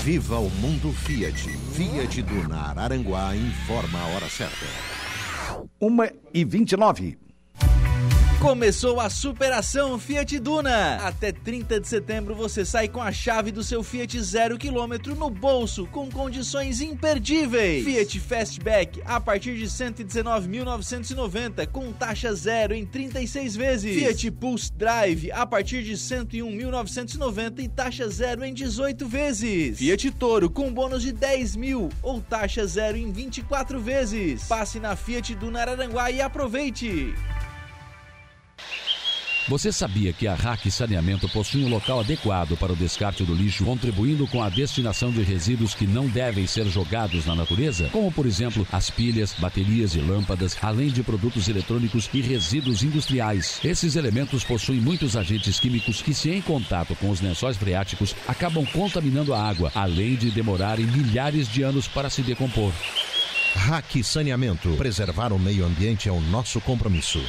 Viva o mundo Fiat. Fiat Dunar Aranguá informa a hora certa. 1 e 29 Começou a superação Fiat Duna. Até 30 de setembro você sai com a chave do seu Fiat zero quilômetro no bolso, com condições imperdíveis. Fiat Fastback a partir de 119.990 com taxa zero em 36 vezes. Fiat Pulse Drive a partir de 101.990 e taxa zero em 18 vezes. Fiat Toro com bônus de 10 mil ou taxa zero em 24 vezes. Passe na Fiat Duna Araranguá e aproveite. Você sabia que a RAC Saneamento possui um local adequado para o descarte do lixo, contribuindo com a destinação de resíduos que não devem ser jogados na natureza? Como, por exemplo, as pilhas, baterias e lâmpadas, além de produtos eletrônicos e resíduos industriais. Esses elementos possuem muitos agentes químicos que, se em contato com os lençóis freáticos, acabam contaminando a água, além de demorarem milhares de anos para se decompor. Hack Saneamento. Preservar o meio ambiente é o nosso compromisso.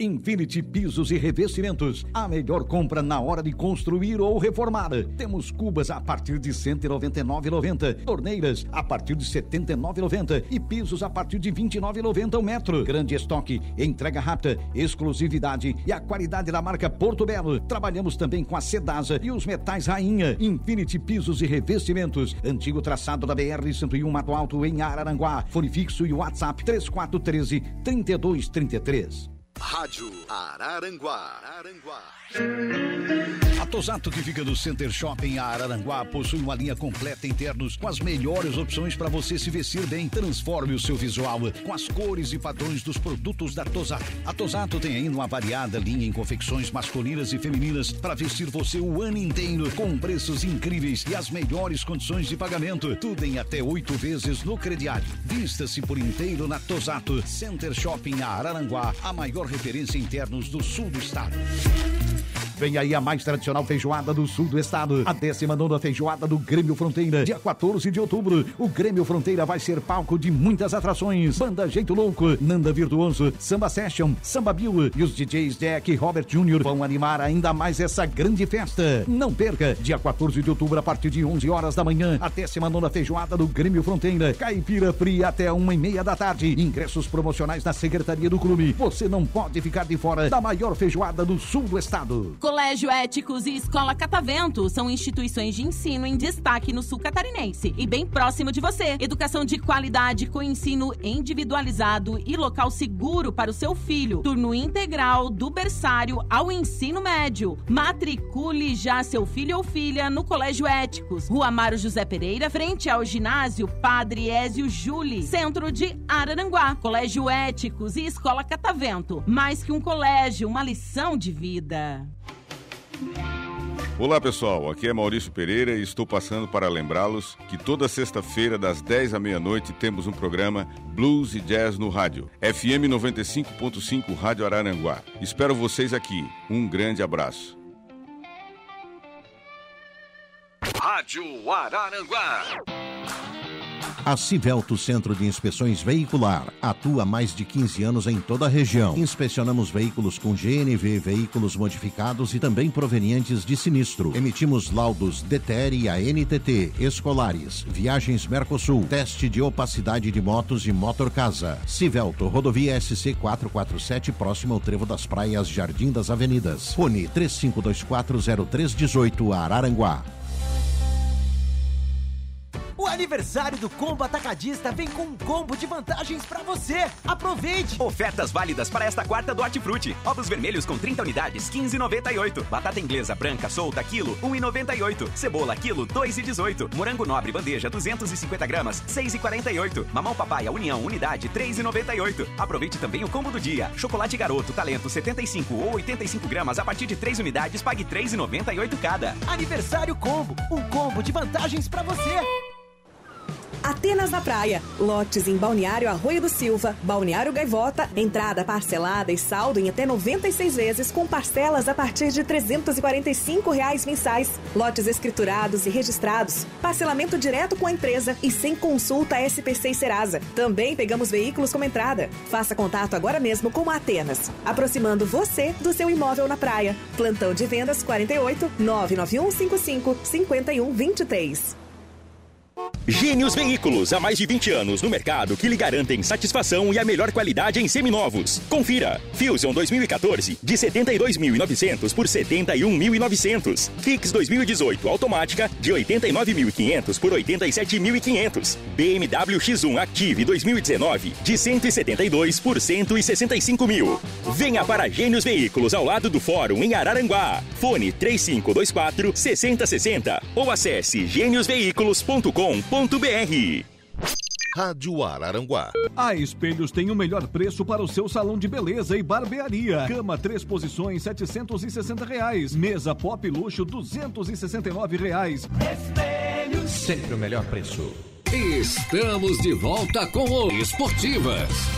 Infinity Pisos e Revestimentos. A melhor compra na hora de construir ou reformar. Temos cubas a partir de R$ 199,90. Torneiras a partir de R$ 79,90. E pisos a partir de R$ 29,90 o metro. Grande estoque, entrega rápida, exclusividade e a qualidade da marca Porto Belo. Trabalhamos também com a Sedasa e os metais Rainha. Infinity Pisos e Revestimentos. Antigo traçado da BR-101 Mato Alto em Araranguá. Fone fixo e WhatsApp 3413-3233. Rádio Araranguá. Araranguá. A Tosato, que fica no Center Shopping a Araranguá, possui uma linha completa em ternos com as melhores opções para você se vestir bem. Transforme o seu visual com as cores e padrões dos produtos da Tosato. A Tosato tem ainda uma variada linha em confecções masculinas e femininas para vestir você o ano inteiro com preços incríveis e as melhores condições de pagamento. Tudo em até oito vezes no crediário. Vista-se por inteiro na Tosato. Center Shopping a Araranguá, a maior referência em ternos do sul do estado. Vem aí a mais tradicional feijoada do sul do estado. A 19 feijoada do Grêmio Fronteira. Dia 14 de outubro. O Grêmio Fronteira vai ser palco de muitas atrações. Banda Jeito Louco, Nanda Virtuoso, Samba Session, Samba Bill e os DJs Jack e Robert Jr. vão animar ainda mais essa grande festa. Não perca. Dia 14 de outubro, a partir de 11 horas da manhã. A 19 feijoada do Grêmio Fronteira. Caipira Fria até uma e meia da tarde. Ingressos promocionais na Secretaria do Clube. Você não pode ficar de fora da maior feijoada do sul do estado. Colégio Éticos e Escola Catavento são instituições de ensino em destaque no sul catarinense e bem próximo de você. Educação de qualidade com ensino individualizado e local seguro para o seu filho. Turno integral do berçário ao ensino médio. Matricule já seu filho ou filha no Colégio Éticos. Rua Amaro José Pereira, frente ao ginásio Padre Ézio Júli, centro de Araranguá. Colégio Éticos e Escola Catavento. Mais que um colégio, uma lição de vida. Olá pessoal, aqui é Maurício Pereira e estou passando para lembrá-los que toda sexta-feira, das 10 à meia-noite, temos um programa Blues e Jazz no Rádio, FM 95.5 Rádio Araranguá. Espero vocês aqui. Um grande abraço. Rádio Araranguá. A Civelto Centro de Inspeções Veicular atua há mais de 15 anos em toda a região. Inspecionamos veículos com GNV, veículos modificados e também provenientes de sinistro. Emitimos laudos DTR e ANTT, escolares, viagens Mercosul, teste de opacidade de motos e motorcasa. Civelto, rodovia SC 447, próximo ao Trevo das Praias, Jardim das Avenidas. Fone 35240318, Araranguá. O aniversário do Combo Atacadista vem com um combo de vantagens pra você. Aproveite! Ofertas válidas para esta quarta do Hortifruti. Ovos vermelhos com 30 unidades, 15,98. Batata inglesa branca solta, quilo, 1,98. Cebola, quilo, 2,18. Morango nobre, bandeja, 250 gramas, 6,48. Mamão papaya, união, unidade, 3,98. Aproveite também o combo do dia. Chocolate garoto, talento, 75 ou 85 gramas, a partir de 3 unidades, pague 3,98 cada. Aniversário Combo, um combo de vantagens pra você. Atenas da Praia. Lotes em Balneário Arroio do Silva, Balneário Gaivota, entrada parcelada e saldo em até 96 vezes, com parcelas a partir de R$ 345 reais mensais. Lotes escriturados e registrados, parcelamento direto com a empresa e sem consulta SPC e Serasa. Também pegamos veículos como entrada. Faça contato agora mesmo com a Atenas, aproximando você do seu imóvel na praia. Plantão de vendas 48 991 55 51 23. Gênios Veículos, há mais de 20 anos no mercado que lhe garantem satisfação e a melhor qualidade em seminovos. Confira. Fusion 2014, de 72.900 por 71.900. Kicks 2018, automática, de 89.500 por 87.500. BMW X1 Active 2019, de 172 por 165 mil. Venha para Gênios Veículos, ao lado do Fórum, em Araranguá. Fone 3524-6060 ou acesse gêniosveículos.com www.radiocultura.com.br Rádio Araranguá. A Espelhos tem o melhor preço para o seu salão de beleza e barbearia. Cama três posições, R$ 760 reais. Mesa pop luxo, R$ 269 reais. Espelhos. Sempre o melhor preço. Estamos de volta com o Esportivas.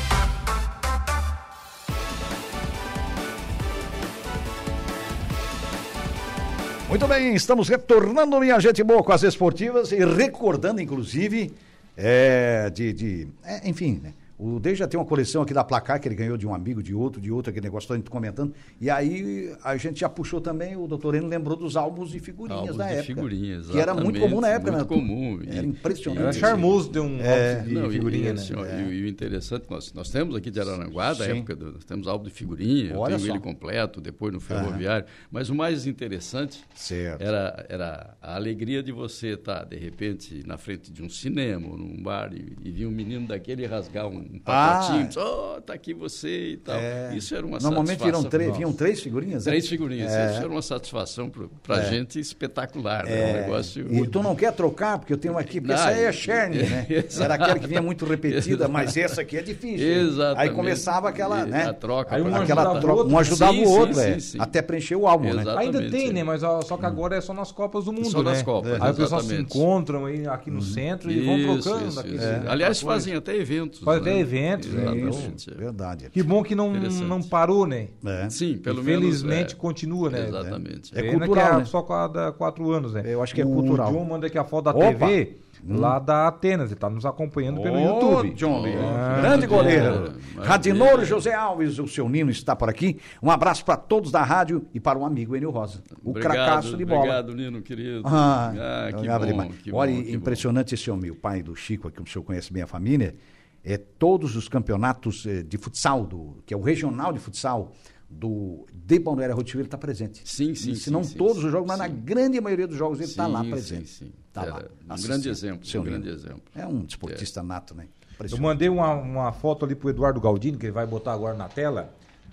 Muito bem, estamos retornando, minha gente boa, com as esportivas e recordando, inclusive, é, de. de- é, enfim, né? O Dei já tem uma coleção aqui da placar que ele ganhou de um amigo, de outro, de outro, aquele negócio que a gente comentando. E aí a gente já puxou também, o doutor Eno lembrou dos álbuns de figurinhas Álbuns da de época. figurinhas, que era muito comum na época, muito né? comum. Era E- impressionante. e- Era charmoso ter um É. álbum de Não, e- figurinha, e, né? assim, ó, É. e- e o interessante, nós, nós temos aqui de Araranguá, da Sim. época, do- nós temos álbum de figurinha, eu Olha tenho só. ele completo, depois no ferroviário. Mas o mais interessante era, era a alegria de você estar, de repente, na frente de um cinema, ou num bar, e, e vir um menino daquele rasgar um pacotinho. diz, Oh, tá aqui você e tal. Ah. É. Isso era uma Normalmente satisfação. viram três, Nossa. vinham três figurinhas? né? Três figurinhas. É. Isso era uma satisfação para a É. gente É, espetacular. Né? Um negócio... E tu não quer trocar, porque eu tenho aqui, porque Não, essa aí é e- Cherne, né? Ah, Exato. Era aquela que vinha muito repetida, mas essa aqui é difícil. Exatamente. Aí começava aquela, E- né? a troca. Aí um Pra- aquela ajudava o troca, outro. um ajudava Sim, o sim, outro, sim, é, sim. até preencher o álbum, né? Ainda tem, né? Mas ó, só que agora é só nas Copas do Mundo, Só né? nas Copas, Aí o pessoal se exatamente. Uhum. encontram aí aqui no centro e vão Isso, trocando isso, daquele- isso. daquela Aliás, coisa. fazem até eventos. Fazem até né? eventos, né? Exatamente. é. Verdade. É. Que bom que não, não parou, né? Sim, pelo menos. Felizmente é. continua, né? Exatamente. Pena que é Só cada quatro anos, né? Eu né? acho que é cultural. O John manda aqui a foto da Opa! TV Hum. lá da Atenas. Ele está nos acompanhando pelo Ô, YouTube. John Lee. Ah, Grande John. goleiro. Radinouro José Alves, o seu Nino está por aqui. Um abraço para todos da rádio e para o amigo Enio Rosa. O Obrigado, cracaço de bola. Obrigado, Nino, querido. Ah, Ah, que obrigado bom, demais. que Olha, bom, que impressionante esse homem, o pai do Chico, aqui, o senhor conhece bem a família, é todos os campeonatos eh, de futsal, do, que é o regional de futsal do de Balneário Rottweiler, ele está presente. Sim, sim, Se sim, não sim, todos sim, os jogos, mas na sim. grande maioria dos jogos ele está Sim, lá sim, presente. sim. Tá É, lá, um assistindo. grande exemplo, Seu um grande Nino. exemplo. É um desportista nato, né? Eu Impressionante. mandei uma, uma foto ali pro Eduardo Galdino, que ele vai botar agora na tela.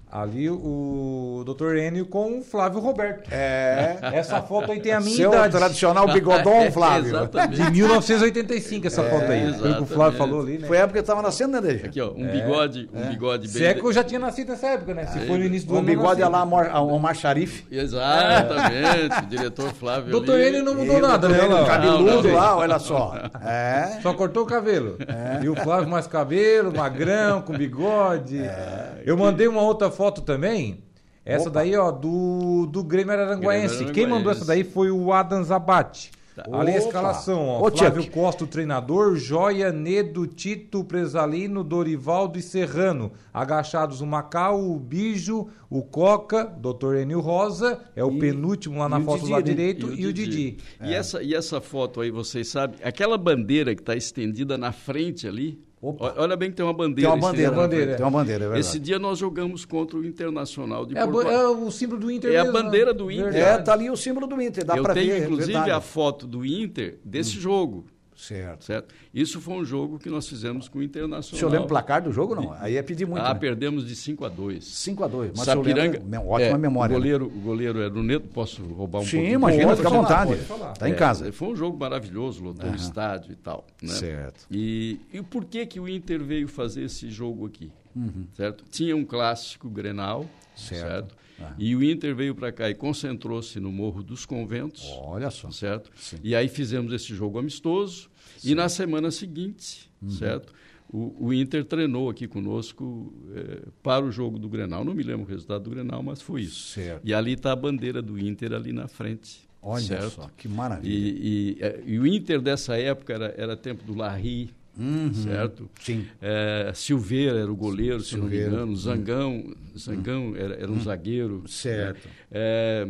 Ali o Dr. Enio com o Flávio Roberto. É. Essa foto aí tem a minha Seu idade. tradicional bigodão, Flávio. É, Exatamente. De 1985 essa É, foto aí. Foi o que o Flávio exatamente. falou ali, né? Foi a época que eu estava nascendo, né, Deja? Aqui, ó, um É, bigode, um é. bigode bem. Se é que eu já tinha nascido nessa época, né? Se Aí, foi no início do Um ano. bigode eu lá, nasci. Omar, Omar Sharif. Exatamente, o diretor Flávio. Doutor ali. Enio não mudou nada, né? Doutor Léo? Enio Cabeludo Não, não. lá, olha só. É. Só cortou o cabelo. É. E o Flávio mais cabelo, magrão, com bigode. É. Eu mandei uma outra foto também. Essa Opa. daí, ó, do, do Grêmio Araranguaense. Grêmio Quem mandou essa daí foi o Adam Zabate. Tá. Ali a Opa. escalação, ó. Ô, Flávio Chuck. Costa, o treinador, Joia, Nedo, Tito, Presalino, Dorivaldo e Serrano. Agachados o Macau, o Bijo, o Coca, Dr. Enil Rosa, é o penúltimo lá na E o foto do Didi, lado né? direito, e o Didi. E, essa, e essa foto aí, vocês sabem, aquela bandeira que está estendida na frente ali. o- Olha bem que tem uma bandeira. Tem uma bandeira, estendida na bandeira, frente. tem uma bandeira, é verdade. Esse dia nós jogamos contra o Internacional de É, a bo- Porto Alegre. é o símbolo do Inter É a mesmo, né? bandeira do Inter. É, tá ali o símbolo do Inter, dá Eu pra tenho, ver. é inclusive, verdade. Hum. a foto do Inter desse jogo. Certo. Isso foi um jogo que nós fizemos com o O Internacional. senhor lembra o placar do jogo, não? Aí é pedir muito. ah, né? perdemos de 5 a 2. 5 a 2, mas Sapiranga, o senhor lembra- é ótima memória, É, né? O goleiro, o goleiro era o Neto, posso roubar um Sim, pouquinho? imagina, Pode fica à falar, vontade. pode falar. Tá em casa. Foi um jogo maravilhoso, lotou Aham. o estádio e tal. né? Certo. E, e por que, que o Inter veio fazer esse jogo aqui? Uhum. Certo? Tinha um clássico, Grenal, Certo. Ah. certo? E o Inter veio para cá e concentrou-se no Morro dos Conventos. Olha só. Certo? E aí fizemos esse jogo amistoso. E na semana seguinte, Uhum. certo? O, o Inter treinou aqui conosco eh, para o jogo do Grenal. Não me lembro o resultado do Grenal, mas foi isso. Certo. E ali está a bandeira do Inter ali na frente. Olha certo? só, que maravilha. E, e, eh, e o Inter dessa época era, era tempo do Larry, Uhum. certo? Sim. Eh, Silveira era o goleiro, se não me Silveira. engano. Zangão, Zangão era, era um Hum. zagueiro. Certo. Eh,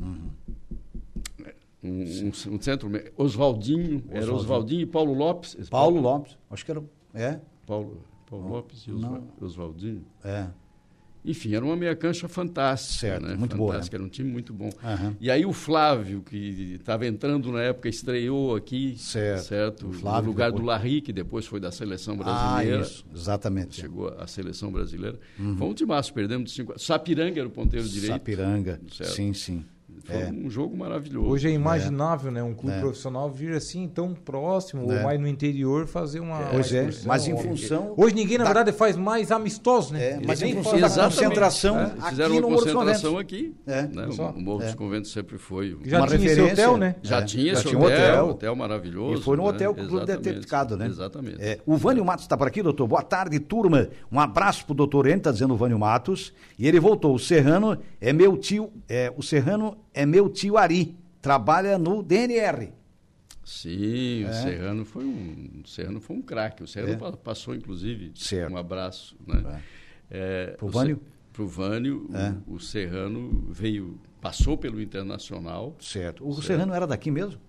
um, um- um centro. Oswaldinho, era Oswaldinho. Oswaldinho e Paulo Lopes. Esse Paulo Lopes, acho que era. É? Paulo, Paulo Lopes e Oswa- Não. Oswaldinho. É. Enfim, era uma meia cancha fantástica. Certo, né? muito boa, Fantástica, Era um time muito bom. Aham. E aí o Flávio, que estava entrando na época, estreou aqui. Certo. O Flávio no lugar depois- do Larry, que depois foi da seleção Ah, brasileira. isso, exatamente. Chegou à seleção brasileira. Uhum. Foi um timaço, perdemos de 5 a... Sapiranga era o ponteiro direito. Sapiranga, Certo. sim, sim. Foi É. um jogo maravilhoso. Hoje é imaginar imaginável, né? Um clube É. profissional vir assim tão próximo É. ou mais no interior fazer uma. É, uma pois é, excursão. mas em função Hoje ninguém, na da- É, verdade, faz mais amistosos, né? Eles Eles nem nem fazem fazem nada. concentração É, aqui Fizeram no uma Morro dos concentração Conventos. aqui. É, né? pessoal. O Morro dos É. Conventos sempre foi Já Uma tinha esse referência. hotel, né? Já É. tinha Já esse tinha um hotel, hotel, hotel. maravilhoso. E foi no né? hotel que o clube deve ter Exatamente. ficado, né? Exatamente. É, o Vânio Matos está por aqui, doutor. Boa tarde, turma. Um abraço pro doutor Enta, dizendo o Vânio Matos. E ele voltou. O Serrano é meu tio. é, o Serrano é meu tio Ari. Trabalha no DNR. Sim, É. o Serrano foi um, o Serrano foi um craque. O Serrano É. pa- passou, inclusive, Certo. um abraço. Né? É, Pro o Vânio? Se- Pro Vânio, o- É. o, Serrano veio, passou pelo Internacional. Certo. O Serrano era daqui mesmo?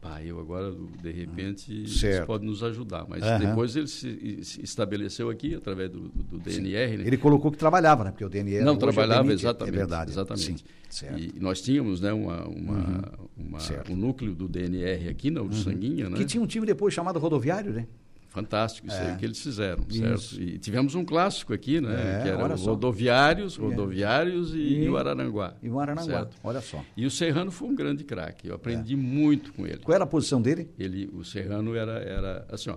Pá, eu agora, de repente, Certo. isso pode nos ajudar. Mas Aham. depois ele se, se estabeleceu aqui através do, do, do DNR. né? Ele colocou que trabalhava, né? Porque o DNR Não, hoje é o trabalhava, DNIT. exatamente. É verdade. Exatamente. Sim, certo. Uhum. E nós tínhamos né, uma, uma, uma- um núcleo do DNR aqui, não, de Sanguinha, né? Que tinha um time depois chamado Rodoviário, né? Fantástico, isso É. aí que eles fizeram, Isso. certo? E tivemos um clássico aqui, né? É, que era olha os só. rodoviários, É. rodoviários e, E- e o Araranguá. e o Araranguá, É. olha só. E o Serrano foi um grande craque, eu aprendi muito com ele. Qual era a posição dele? ele o Serrano era, era assim, ó,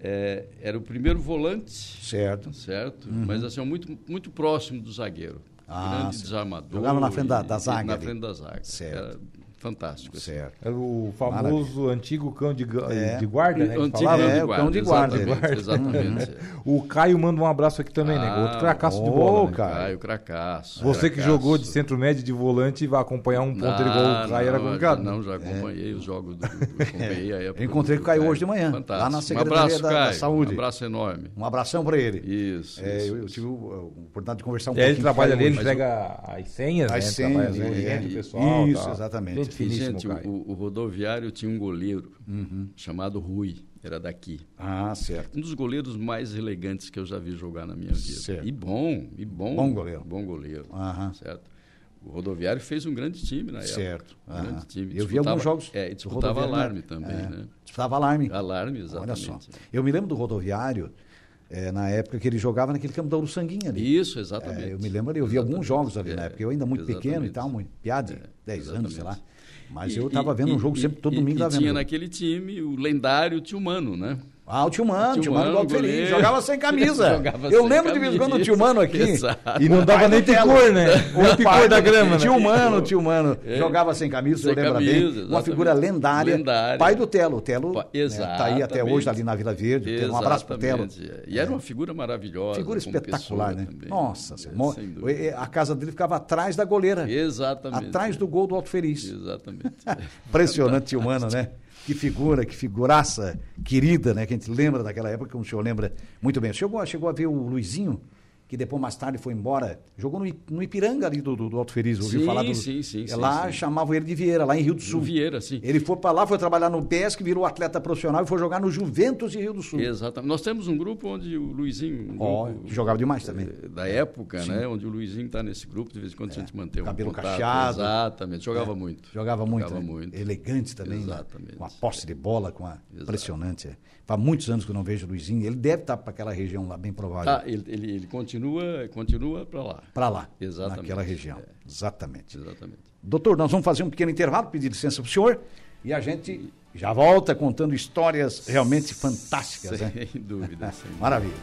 é, era o primeiro volante, Certo. certo? Uhum. Mas assim, ó, muito, muito próximo do zagueiro. Ah, grande certo. desarmador. Jogava na frente da- e- da e zaga Na ali. frente da zaga. Certo. Era fantástico. assim. É o famoso antigo cão de, ga- É. de guarda, né? que Antigo falava? cão de É, o guarda, cão de guarda, né? exatamente, Uhum. exatamente. o Caio manda um abraço aqui também, né? Outro cracaço de bola. né? Caio, cracaço. Você que Ah, cracaço. jogou de centro médio de volante e vai acompanhar um ponteiro igual o Caio era não, complicado. Não, já acompanhei os jogos do, do acompanhei a época né? É. Eu encontrei do com o Caio Caio. hoje de manhã, lá é Fantástico. na um Secretaria abraço, da- da Caio. Saúde. Um abraço enorme. Um abração para ele. Isso. É, eu, eu tive o- a oportunidade de conversar um É, pouquinho. ele trabalha com ali, ele hoje, mas entrega as senhas, as né? senhas, Trabalha as é, orienta o é. pessoal, Isso, tá. exatamente. Gente finíssimo, gente, Caio. o, o rodoviário tinha um goleiro Uhum. chamado Rui, era daqui. Ah, certo. Um dos goleiros mais elegantes que eu já vi jogar na minha vida. Certo. E bom, e bom. Bom goleiro. Bom goleiro, Aham. certo? O rodoviário fez um grande time na época. Certo. Um Aham. grande time. Eu vi alguns Disputava- jogos. É, e do disputava Rodoviário. alarme também, É, né? Disputava alarme. Alarme, Olha exatamente. né? só. Eu me lembro do rodoviário. eh, na época que ele jogava naquele campo da Uruçanguinha ali. É, Isso, exatamente. É, eu me lembro ali, eu vi alguns jogos ali na época. Eu ainda muito pequeno e exatamente. É, tal, muito piada, 10 anos, sei lá. Mas E- eu estava vendo e- um jogo e- sempre, todo e- domingo e estava tinha vendo. naquele time o lendário Tio Mano, né? Ah, o Tio Mano, Tio Mano Igual goleiro. Feliz, jogava sem camisa. Jogava eu sem lembro de vez em quando o camisa. Tio Mano aqui. Exato. E não dava nem picor, né? O picor da grama, né? Tio Mano, Mano, Tio Mano. É. Jogava sem camisa, eu Sem lembro camisa, bem. Uma exatamente. figura lendária. Lendária. Pai do Telo. O Telo Pa- né, tá aí até exatamente. hoje ali na Vila Verde. Telo, Um abraço pro Telo. Exatamente, é. E era uma figura maravilhosa. Figura como espetacular, pessoa né? também. Nossa, É, senhora. Mo- sem dúvida. eh, a casa dele ficava atrás da goleira. Exatamente. Atrás do gol do Alto Feliz. Exatamente. Impressionante Tio Mano, né? Que figura, que figuraça querida, né? Que a gente lembra daquela época, como o senhor lembra muito bem. Chegou, a- chegou a ver o Luizinho, que depois mais tarde foi embora, jogou no, I- no Ipiranga ali do, do, do Alto Feliz, ouviu Sim, falar do. sim, sim, é sim, lá sim. chamavam ele de Vieira, lá em Rio do Sul. Vieira, sim. Ele foi para lá, foi trabalhar no PESC, virou atleta profissional e foi jogar no Juventus de Rio do Sul. Exatamente. Nós temos um grupo onde o Luizinho. um Ó, grupo, que jogava demais também. eh, Da época, Sim. É. né? Onde o Luizinho está nesse grupo, de vez em quando a gente mantém um Cabelo contato. cacheado. Exatamente. Jogava É, muito. Jogava muito. Jogava né? muito. Elegante também. né? Exatamente. Com a posse de bola, com a. Impressionante. é. Faz muitos anos que eu não vejo o Luizinho. Ele deve estar para aquela região lá, bem provável. Tá, ele, ele, ele continua, continua para lá. Para lá. Exatamente. Naquela região. Exatamente. Exatamente. Doutor, nós vamos fazer um pequeno intervalo, pedir licença para o senhor. E a gente já volta contando histórias realmente fantásticas. Sem né? dúvida, sem dúvida. Maravilha.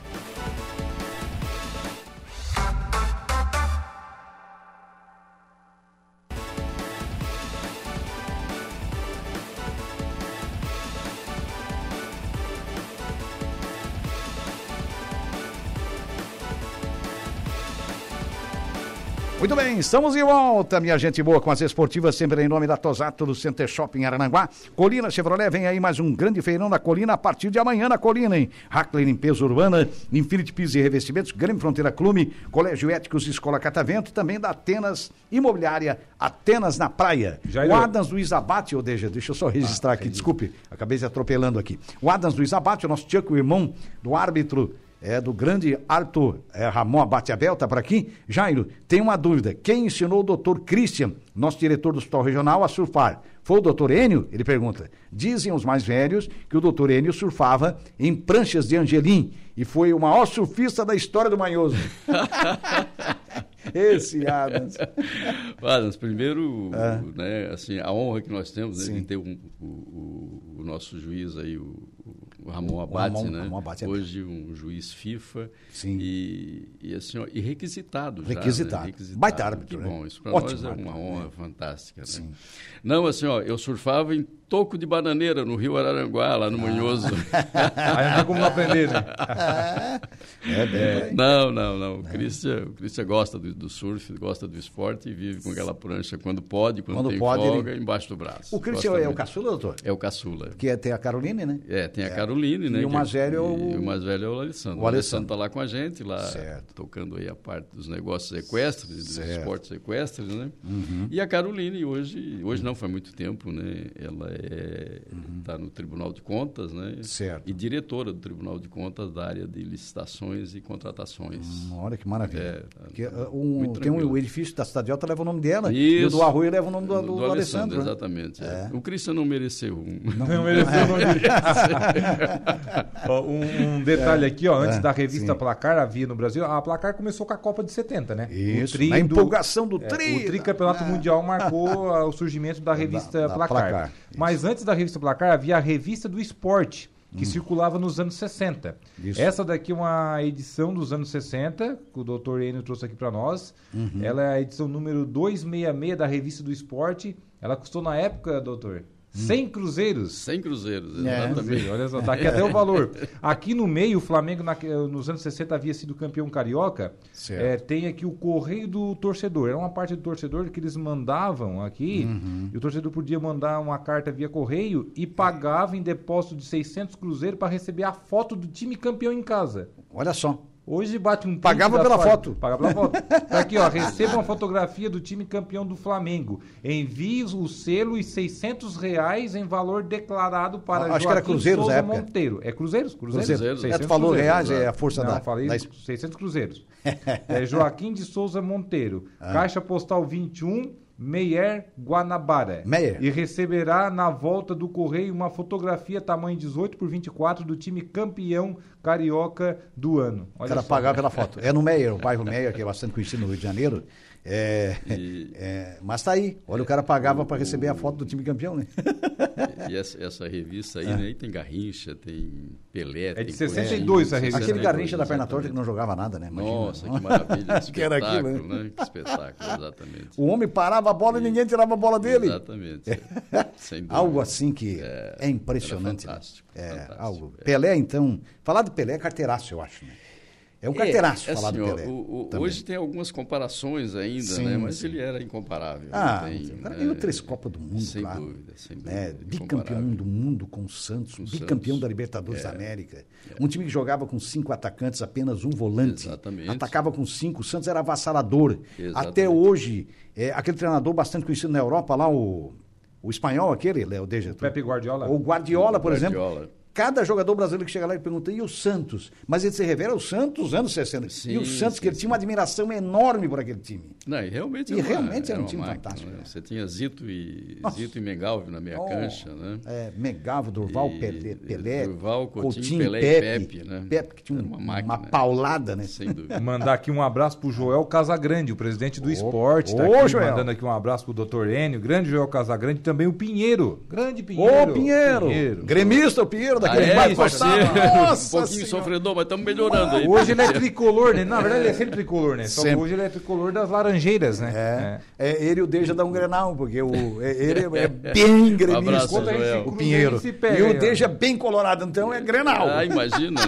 Muito bem, estamos de volta, minha gente boa, com as esportivas, sempre em nome da Tosato do Center Shopping Arananguá. Colina Chevrolet, vem aí mais um grande feirão na Colina a partir de amanhã na Colina, hein? Hackley Limpeza Urbana, Infinity Piso e Revestimentos, Grêmio Fronteira Clube, Colégio Éticos Escola Catavento, também da Atenas Imobiliária, Atenas na Praia. Jairo. O Adams Luiz Abate, ô Deja, deixa eu só registrar aqui, desculpe, acabei te atropelando aqui. O Adams Luiz Abate, o nosso tioco, o irmão do árbitro é, do grande Arthur é, Ramon Abate Abel, tá por aqui. Jairo, tem uma dúvida. Quem ensinou o doutor Christian, nosso diretor do Hospital Regional, a surfar? Foi o doutor Enio? Ele pergunta. Dizem os mais velhos que o doutor Enio surfava em pranchas de Angelim e foi o maior surfista da história do Manhoso. Esse Adams. Adams, primeiro, Ah. né, assim, a honra que nós temos né, de ter um- o, o- o nosso juiz aí, o, o Ramon O Abate, Ramon- né? Ramon Abate é- Hoje um juiz FIFA E, e assim, ó, e requisitado já, né? Requisitado. Requisitado. Baita árbitro, Que né? bom, isso para Ótimo nós é uma árbitro, honra fantástica, né? Não, assim, ó, eu surfava em toco de bananeira no Rio Araranguá, lá no Ah. Manhoso. Aí não tem como não aprender, né? É, bem por aí. Não, não, não. O Christian, o Christian gosta do, do surf, gosta do esporte e vive com aquela prancha quando pode, quando, Quando tem pode, folga, ele- embaixo do braço. O Christian é Gosta o muito. caçula, doutor? É o caçula. Que é- tem a Caroline, né? É, tem a Caroline, né? E o que- mais velho é o- e o mais velho é o Alessandro. o O Alessandro Alessandro. está lá com a gente, lá Certo. tocando aí a parte dos negócios equestres, dos Certo. esportes equestres, né? Uhum. E a Caroline hoje, hoje não faz muito tempo, né? Ela está no Tribunal de Contas, né? Uhum. Certo. E diretora do Tribunal de Contas da área de licitações e contratações. Olha que maravilha. É, Porque, uh, um- muito tem um tranquilo. edifício da Cidade Alta leva o nome dela. E o Isso. do Arroio leva o nome do, do- do Alessandro. né? Exatamente. é. O Cristian não mereceu um. Não mereceu o nome dele. Ó, um, um detalhe aqui, ó, antes É, da revista sim. Placar havia no Brasil, a Placar começou com a Copa de 70, né? Isso, O tri na do- É, empolgação É, do tri, É. o tricampeonato mundial marcou ah, o surgimento da revista da Placar. Placar, Mas antes da revista Placar havia a revista do esporte, que circulava nos anos 60. Hum. Isso. Essa daqui é uma edição dos anos 60, que o doutor Enio trouxe aqui para nós. Uhum. Ela é a edição número 266 da revista do esporte. Ela custou na época, Hum. doutor, 100 cruzeiros. 100 cruzeiros, É, exatamente. Olha só, tá aqui até o valor. Aqui no meio, o Flamengo naque- nos anos 60 havia sido campeão carioca. Certo. É, tem aqui o correio do torcedor. Era uma parte do torcedor que eles mandavam aqui. E o torcedor podia mandar uma carta via correio e pagava em depósito de 600 cruzeiros para receber a foto do time campeão em casa. Olha só. Hoje bate um print Pagava da pela foto. foto. Pagava pela foto. Tá aqui, ó. Receba uma fotografia do time campeão do Flamengo. Envie o selo e 600 reais em valor declarado para Acho que era cruzeiros Souza na época. Monteiro. É Cruzeiros? Cruzeiros. Cruzeiros. 600 É, tu falou cruzeiros. né? reais, é a força Não, da- falei da- 600 Cruzeiros. É Joaquim de Souza Monteiro. Ah. Caixa Postal 21, Meyer Guanabara. Meyer. E receberá na volta do correio uma fotografia tamanho 18 por 24 do time campeão carioca do ano. O Olha cara só. pagava pela foto. É no Meyer, o bairro Meyer, que é bastante conhecido no Rio de Janeiro. É, é, mas tá aí. Olha, o cara pagava para receber a foto do time campeão, né? E essa, essa revista aí, É. né? Aí tem Garrincha, tem Pelé. É de tem 62 Coutinho, essa revista. né? Aquele 62, Garrincha da perna exatamente. torta que não jogava nada, né? Imagina. Nossa, que maravilha. Que Que era aquilo, espetáculo, né? né? Que espetáculo, exatamente. O homem parava a bola e ninguém tirava a bola dele. Exatamente. Sem dúvida. Algo assim que é, impressionante. né? era fantástico, é, fantástico, algo. é. Pelé, então. Falar do Pelé é carteiraço, eu acho. Né? É um carteiraço é falar do assim, ó, Pelé. o- o- também. hoje tem algumas comparações ainda, Sim, né? Mas sim. ele era incomparável. Ah, não tem, o cara né? ganhou três Copas do Mundo, Sem claro. dúvida, sem dúvida. né? Bicampeão incomparável. do mundo com o Santos, um Com o bicampeão Santos. da Libertadores da É. América. Um time que jogava com cinco atacantes, apenas um volante. Exatamente. Atacava com cinco. O Santos era avassalador. Exatamente. Até hoje, é, aquele treinador bastante conhecido na Europa lá, o, o espanhol aquele, Léo Deja. Pepe Guardiola. O Guardiola, por exemplo. Guardiola. Cada jogador brasileiro que chega lá e pergunta, e o Santos? Mas ele se revela o Santos dos anos 60. e o Sim, Santos, que ele tinha uma admiração enorme por aquele time. Não, e realmente, E era uma- realmente era um uma time máquina, fantástico, né? né? Você tinha Zito e, Nossa. Zito e Mengalve na meia Oh, cancha, né? É, Megavo, Durval, E- Pelé, e Pelé Durval, Coutinho, Pelé e Pepe, né? Pepe, que tinha Era uma, uma uma máquina. paulada, né? Sem dúvida. Mandar aqui um abraço pro Joel Casagrande, o presidente do esporte. Tá ô, aqui, Joel. Mandando aqui um abraço pro doutor Enio, grande Joel Casagrande, também o Pinheiro. Grande Pinheiro. Ô, Pinheiro! Gremista, o Pinheiro, Ah, daquele que é, mais você, gostava. um Nossa pouquinho Senhora! sofredor, mas estamos melhorando aí. Hoje ele é tricolor, né? Na verdade, ele é sempre tricolor, né? Só que Sempre. hoje ele é tricolor das laranjeiras, né? É, É. é, ele e o Deja dá um grenal, porque o, é- ele é bem gremista, Abraço, quando a gente Joel. o Pinheiro. Quando a gente se pega, e aí, o ó. Deja é bem colorado, então é grenal. Ah, imagina,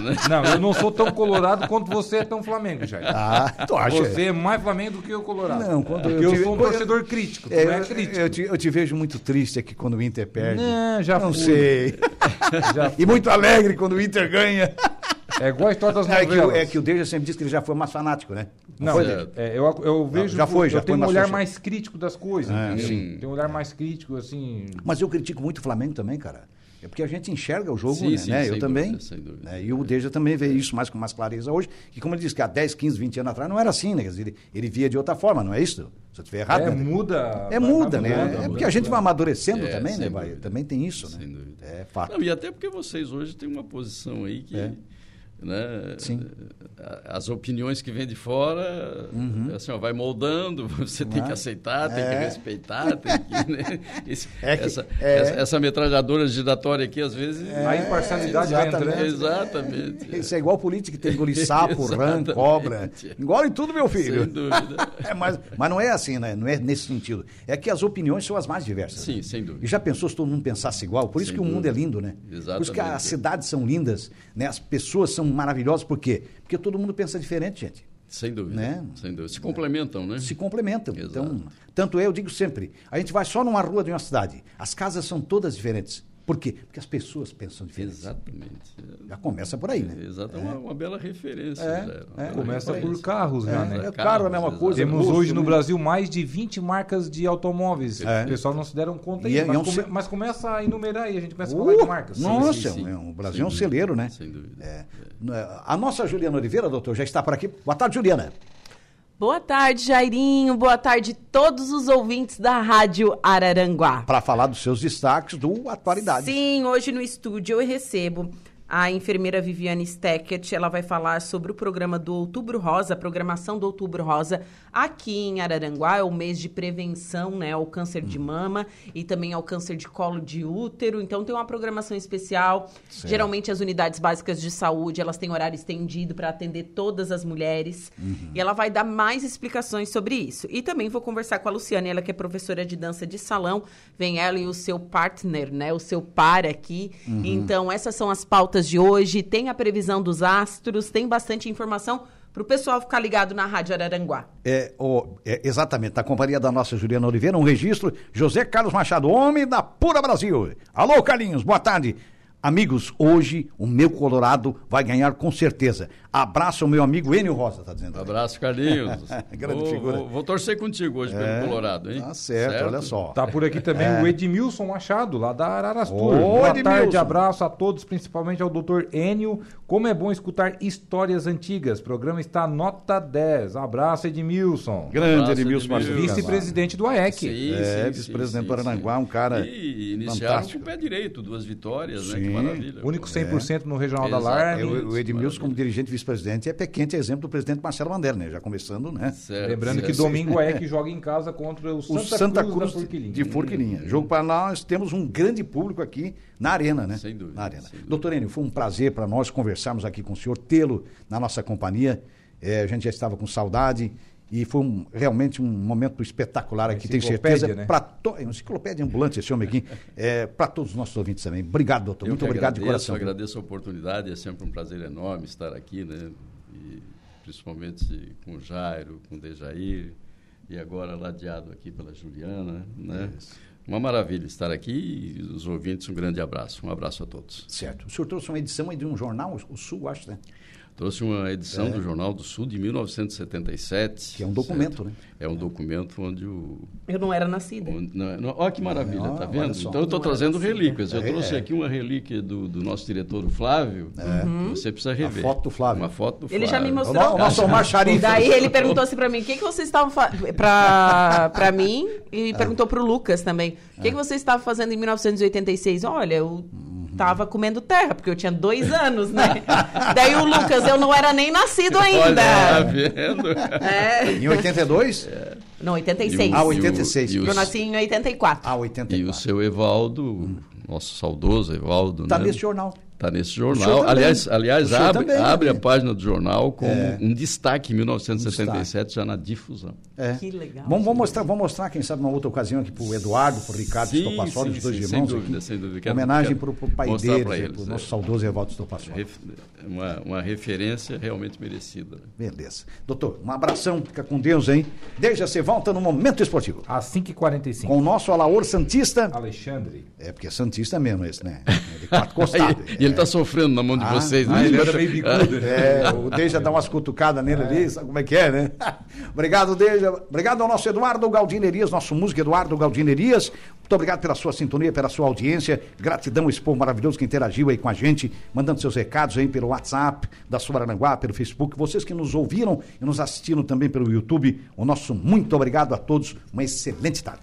né? Não, eu não sou tão colorado quanto você é tão Flamengo, Jair. Ah, tu acha? Você é mais Flamengo do que eu colorado. Não, quando Porque eu eu, tive- sou um quando eu- torcedor crítico, tu É, não é eu- crítico. eu, te, eu te vejo muito triste aqui quando o Inter perde. Não, já Não fui. sei. Já E muito alegre quando o Inter ganha. É igual a história das É que, o- novelas. é que o Deja sempre disse que ele já foi mais fanático, né? Não, foi, é, Deja? é, eu, eu vejo. já foi, já eu foi tenho um uma olhar sujeira. mais crítico das coisas. Ah, entendeu? sim. Tem um olhar mais crítico, assim. Mas eu critico muito o Flamengo também, cara. É porque a gente enxerga o jogo, Sim, né? sim, né? sem eu dúvida, também. sem dúvida. né? E o Deja também vê isso mais com mais clareza hoje. E como ele disse que há 10, 15, 20 anos atrás não era assim, né? Quer dizer, ele, ele via de outra forma, não é isso? Se eu estiver errado. né? É, muda. É muda, vai né? mudando, é muda, porque a gente muda. vai amadurecendo É, também, né? sem Vai? dúvida. Também tem isso, né? Sem dúvida. É fato. É. Não, e até porque vocês hoje têm uma posição aí que. né? As opiniões que vêm de fora, assim, ó, vai moldando, você tem Uhum. Vai. que aceitar, tem É. que respeitar, tem que, né? Esse- É que- essa, é. essa, essa metralhadora giratória aqui, às vezes... É, A imparcialidade exatamente. entra, né? Exatamente. Isso é igual político que tem que engolir sapo, rã, Exatamente. cobra. Engole tudo, meu filho. Sem dúvida. É, mas, mas não é assim, né? Não é nesse sentido. É que as opiniões são as mais diversas. né? Sim, sem dúvida. E já pensou se todo mundo pensasse igual? Por isso Sem que o mundo dúvida. é lindo, né? Por isso que Exatamente. as cidades são lindas, né? As pessoas são maravilhosas. Por quê? Porque todo mundo pensa diferente, gente. Sem dúvida. Né? Sem dúvida. Se complementam, né? Se complementam. Então, tanto é, eu digo sempre, a gente vai só numa rua de uma cidade. As casas são todas diferentes. Por quê? Porque as pessoas pensam diferente. Exatamente. Já começa por aí, né? Exato, é uma, uma bela referência. É, Zé, uma é. bela Começa referência. por carros, já, né? é carro, a mesma exato. coisa, Temos gosto, hoje no né? Brasil mais de 20 marcas de automóveis. É. O pessoal não se deram conta E é- ainda, mas, é um come- se- mas começa a enumerar aí, a gente começa a falar Uh, de marcas. nossa, é um- o Brasil é um celeiro, né? Sem dúvida. É. A nossa Juliana Oliveira, doutor, já está por aqui. Boa tarde, Juliana. Boa tarde, Jairinho. Boa tarde a todos os ouvintes da Rádio Araranguá. Para falar dos seus destaques do Atualidade. Sim, hoje no estúdio eu recebo a enfermeira Viviane Steckert. Ela vai falar sobre o programa do Outubro Rosa, a programação do Outubro Rosa aqui em Araranguá. É o mês de prevenção né, ao câncer de mama e também ao câncer de colo de útero. Então tem uma programação especial. Certo. Geralmente as unidades básicas de saúde, elas têm horário estendido para atender todas as mulheres. E ela vai dar mais explicações sobre isso. E também vou conversar com a Luciane, ela que é professora de dança de salão. Vem ela e o seu partner, né? O seu par aqui. Uhum. Então, essas são as pautas de hoje. Tem a previsão dos astros, tem bastante informação para o pessoal ficar ligado na Rádio Araranguá. É, o- é, exatamente, na companhia da nossa Juliana Oliveira, um registro, José Carlos Machado, homem da Pura Brasil. Alô, Carlinhos, boa tarde. Amigos, hoje o meu Colorado vai ganhar com certeza. Abraço ao meu amigo Enio Rosa, tá dizendo. Abraço, Carlinhos. Grande vou, figura. Vou, vou torcer contigo hoje É, pelo Colorado, hein? tá certo, olha só. Tá por aqui também É. o Edmilson Machado, lá da Ararastur. Ô, Boa Edmilson. tarde, abraço a todos, principalmente ao Dr. Enio. Como é bom escutar histórias antigas. O programa está nota 10. Abraço, Edmilson. Grande Abraço, Edmilson Edmilson. Machado. Vice-presidente do AEC. Sim, é, sim, sim, vice-presidente sim, do Paranaguá, um cara E iniciaram fantástico. com o pé direito, duas vitórias, né? Que Sim. maravilha. é. Único 100% no Regional da Exatamente. Larne. O, o Edmilson, como dirigente e vice-presidente, é pequente exemplo do presidente Marcelo Mandela, né? Já começando, né? Lembrando que domingo o AEC joga em casa contra o, o Santa, Cruz, da Forquilinha. de Forquilinha. Jogo para nós, temos um grande público aqui na arena, né? Sem dúvida, Na arena. Doutor Enio, foi um prazer para nós conversarmos aqui com o senhor, tê-lo na nossa companhia. É, a gente já estava com saudade e foi um- realmente um momento espetacular aqui, tenho enciclopédia, certeza. né? Para to... é uma enciclopédia ambulante esse homem aqui, é, para todos os nossos ouvintes também. Obrigado, doutor. Eu Muito que obrigado de agradeço, coração. agradeço a oportunidade, é sempre um prazer enorme estar aqui, né? E principalmente com o Jairo, com o Dejair e agora ladeado aqui pela Juliana, né? Uma maravilha estar aqui e os ouvintes, um grande abraço. Um abraço a todos. Certo. O senhor trouxe uma edição aí de um jornal, o Sul, acho, né? Trouxe uma edição É. do Jornal do Sul de 1977. Que é um documento, né? É um documento onde o. Eu não era nascida. Olha é? que maravilha, tá vendo? Então eu Não estou era trazendo nascida. relíquias. Eu É, trouxe é. aqui uma relíquia do, do nosso diretor, o Flávio. É. que Você precisa rever. Uma foto do Flávio. Uma foto do Flávio. Uhum. Ele já me mostrou. Daí ele perguntou assim pra mim, o que, que vocês estavam fa... pra, pra mim É. e perguntou pro Lucas também. O que, que vocês estavam fazendo em 1986? Olha, eu tava comendo terra, porque eu tinha dois anos, né? Daí o Lucas, eu não era nem nascido Olha, tá ainda. vendo? É. Em 82? É. Não, 86. Ah, 86. Eu nasci em 84. Ah, 84. E o seu Evaldo, nosso saudoso Evaldo, Tá né? nesse jornal. Está nesse O senhor jornal. também. Aliás, O aliás senhor abre, também, abre né? a página do jornal como É. um destaque em 1977, já na difusão. É. Que legal. Vamos, vamos mostrar, vamos mostrar, quem sabe, uma outra ocasião aqui pro Eduardo, pro Ricardo Sim, Estopassoli, sim, os dois sim, irmãos. sem dúvida, aqui. sem dúvida. Quero- Homenagem quero pro, pro pai mostrar deles, pra pro eles, nosso é. saudoso Evaldo Estopassoli. Ref- Uma, uma referência realmente merecida. né? Beleza. Doutor, um abração, fica com Deus, hein? Deixa você volta no Momento Esportivo. Às 5h45. Com o nosso Alaor Santista. Alexandre. É, porque é Santista mesmo esse, né? É De quatro costados. E ele está sofrendo na mão de vocês. né? É, o Deja dá umas cutucadas nele ali, sabe como é que é, né? obrigado, Deja. Obrigado ao nosso Eduardo Galdinerias, nosso músico Eduardo Galdinerias. Muito obrigado pela sua sintonia, pela sua audiência. Gratidão a esse povo maravilhoso que interagiu aí com a gente, mandando seus recados aí pelo WhatsApp da Suaranguá, pelo Facebook. Vocês que nos ouviram e nos assistiram também pelo YouTube, o nosso muito obrigado a todos. Uma excelente tarde.